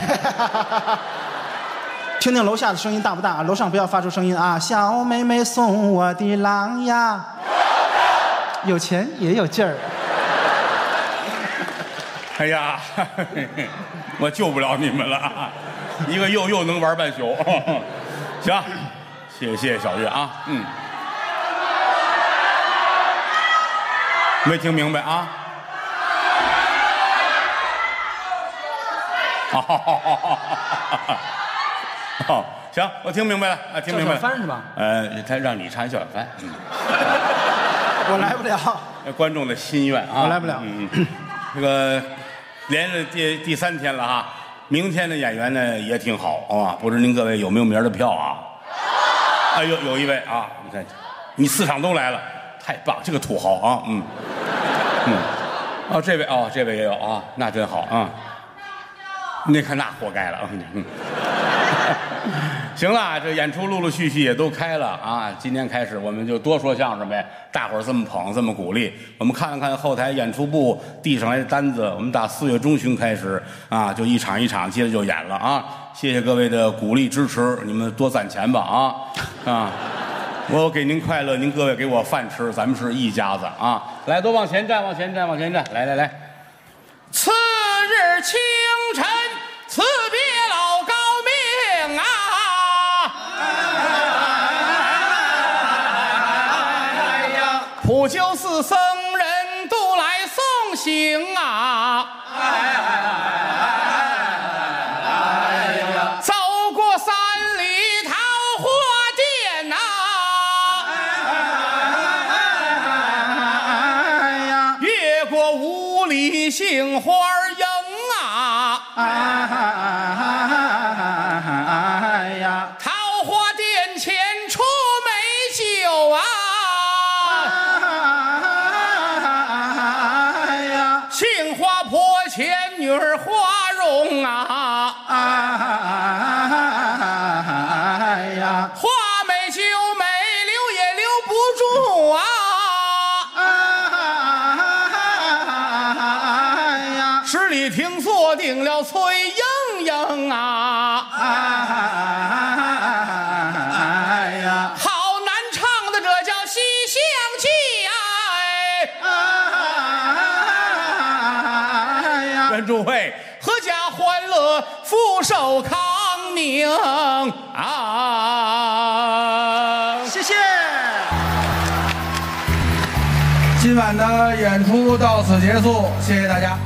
[SPEAKER 3] 听听楼下的声音大不大？楼上不要发出声音啊！小妹妹送我的郎呀，有钱也有劲儿。
[SPEAKER 2] 哎呀，我救不了你们了啊，一个又又能玩半宿。行，谢谢小月啊，嗯，没听明白啊？ 哦，行，我听明白了，啊，听明白了。
[SPEAKER 15] 赵小帆是吧？
[SPEAKER 2] 呃，他让你唱小小帆，嗯，
[SPEAKER 3] 我来不了，
[SPEAKER 2] 观众的心愿啊，
[SPEAKER 3] 我来不了
[SPEAKER 2] 嗯，嗯这个连着第第三天了哈，明天的演员呢也挺好，好吧？不知您各位有没有名儿的票啊？啊，有有一位啊，你看，你四场都来了，太棒，这个土豪啊，嗯，嗯，哦，这位哦，这位也有啊，那真好啊，那看那活该了，嗯嗯。行了，这演出陆陆续续也都开了啊！今天开始我们就多说相声呗，大伙儿这么捧，这么鼓励。我们看看后台演出部递上来的单子，我们打四月中旬开始啊，就一场一场接着就演了啊！谢谢各位的鼓励支持，你们多攒钱吧啊啊！我给您快乐，您各位给我饭吃，咱们是一家子啊！来，都往前站，往前站，往前站，来来来，
[SPEAKER 9] 次日清晨，辞别老高命啊！普救寺僧人都来送行啊！走过三里桃花店呐、越过五里杏花营啊！桃花殿前出美酒啊！杏花坡前女儿花容啊！花美酒美，留也留不住啊！十里亭坐定了崔莺莺啊！好难唱的这叫西厢记哎！
[SPEAKER 2] 关注会，
[SPEAKER 9] 阖家欢乐，福寿康宁啊！
[SPEAKER 3] 谢谢。
[SPEAKER 8] 今晚的演出到此结束，谢谢大家。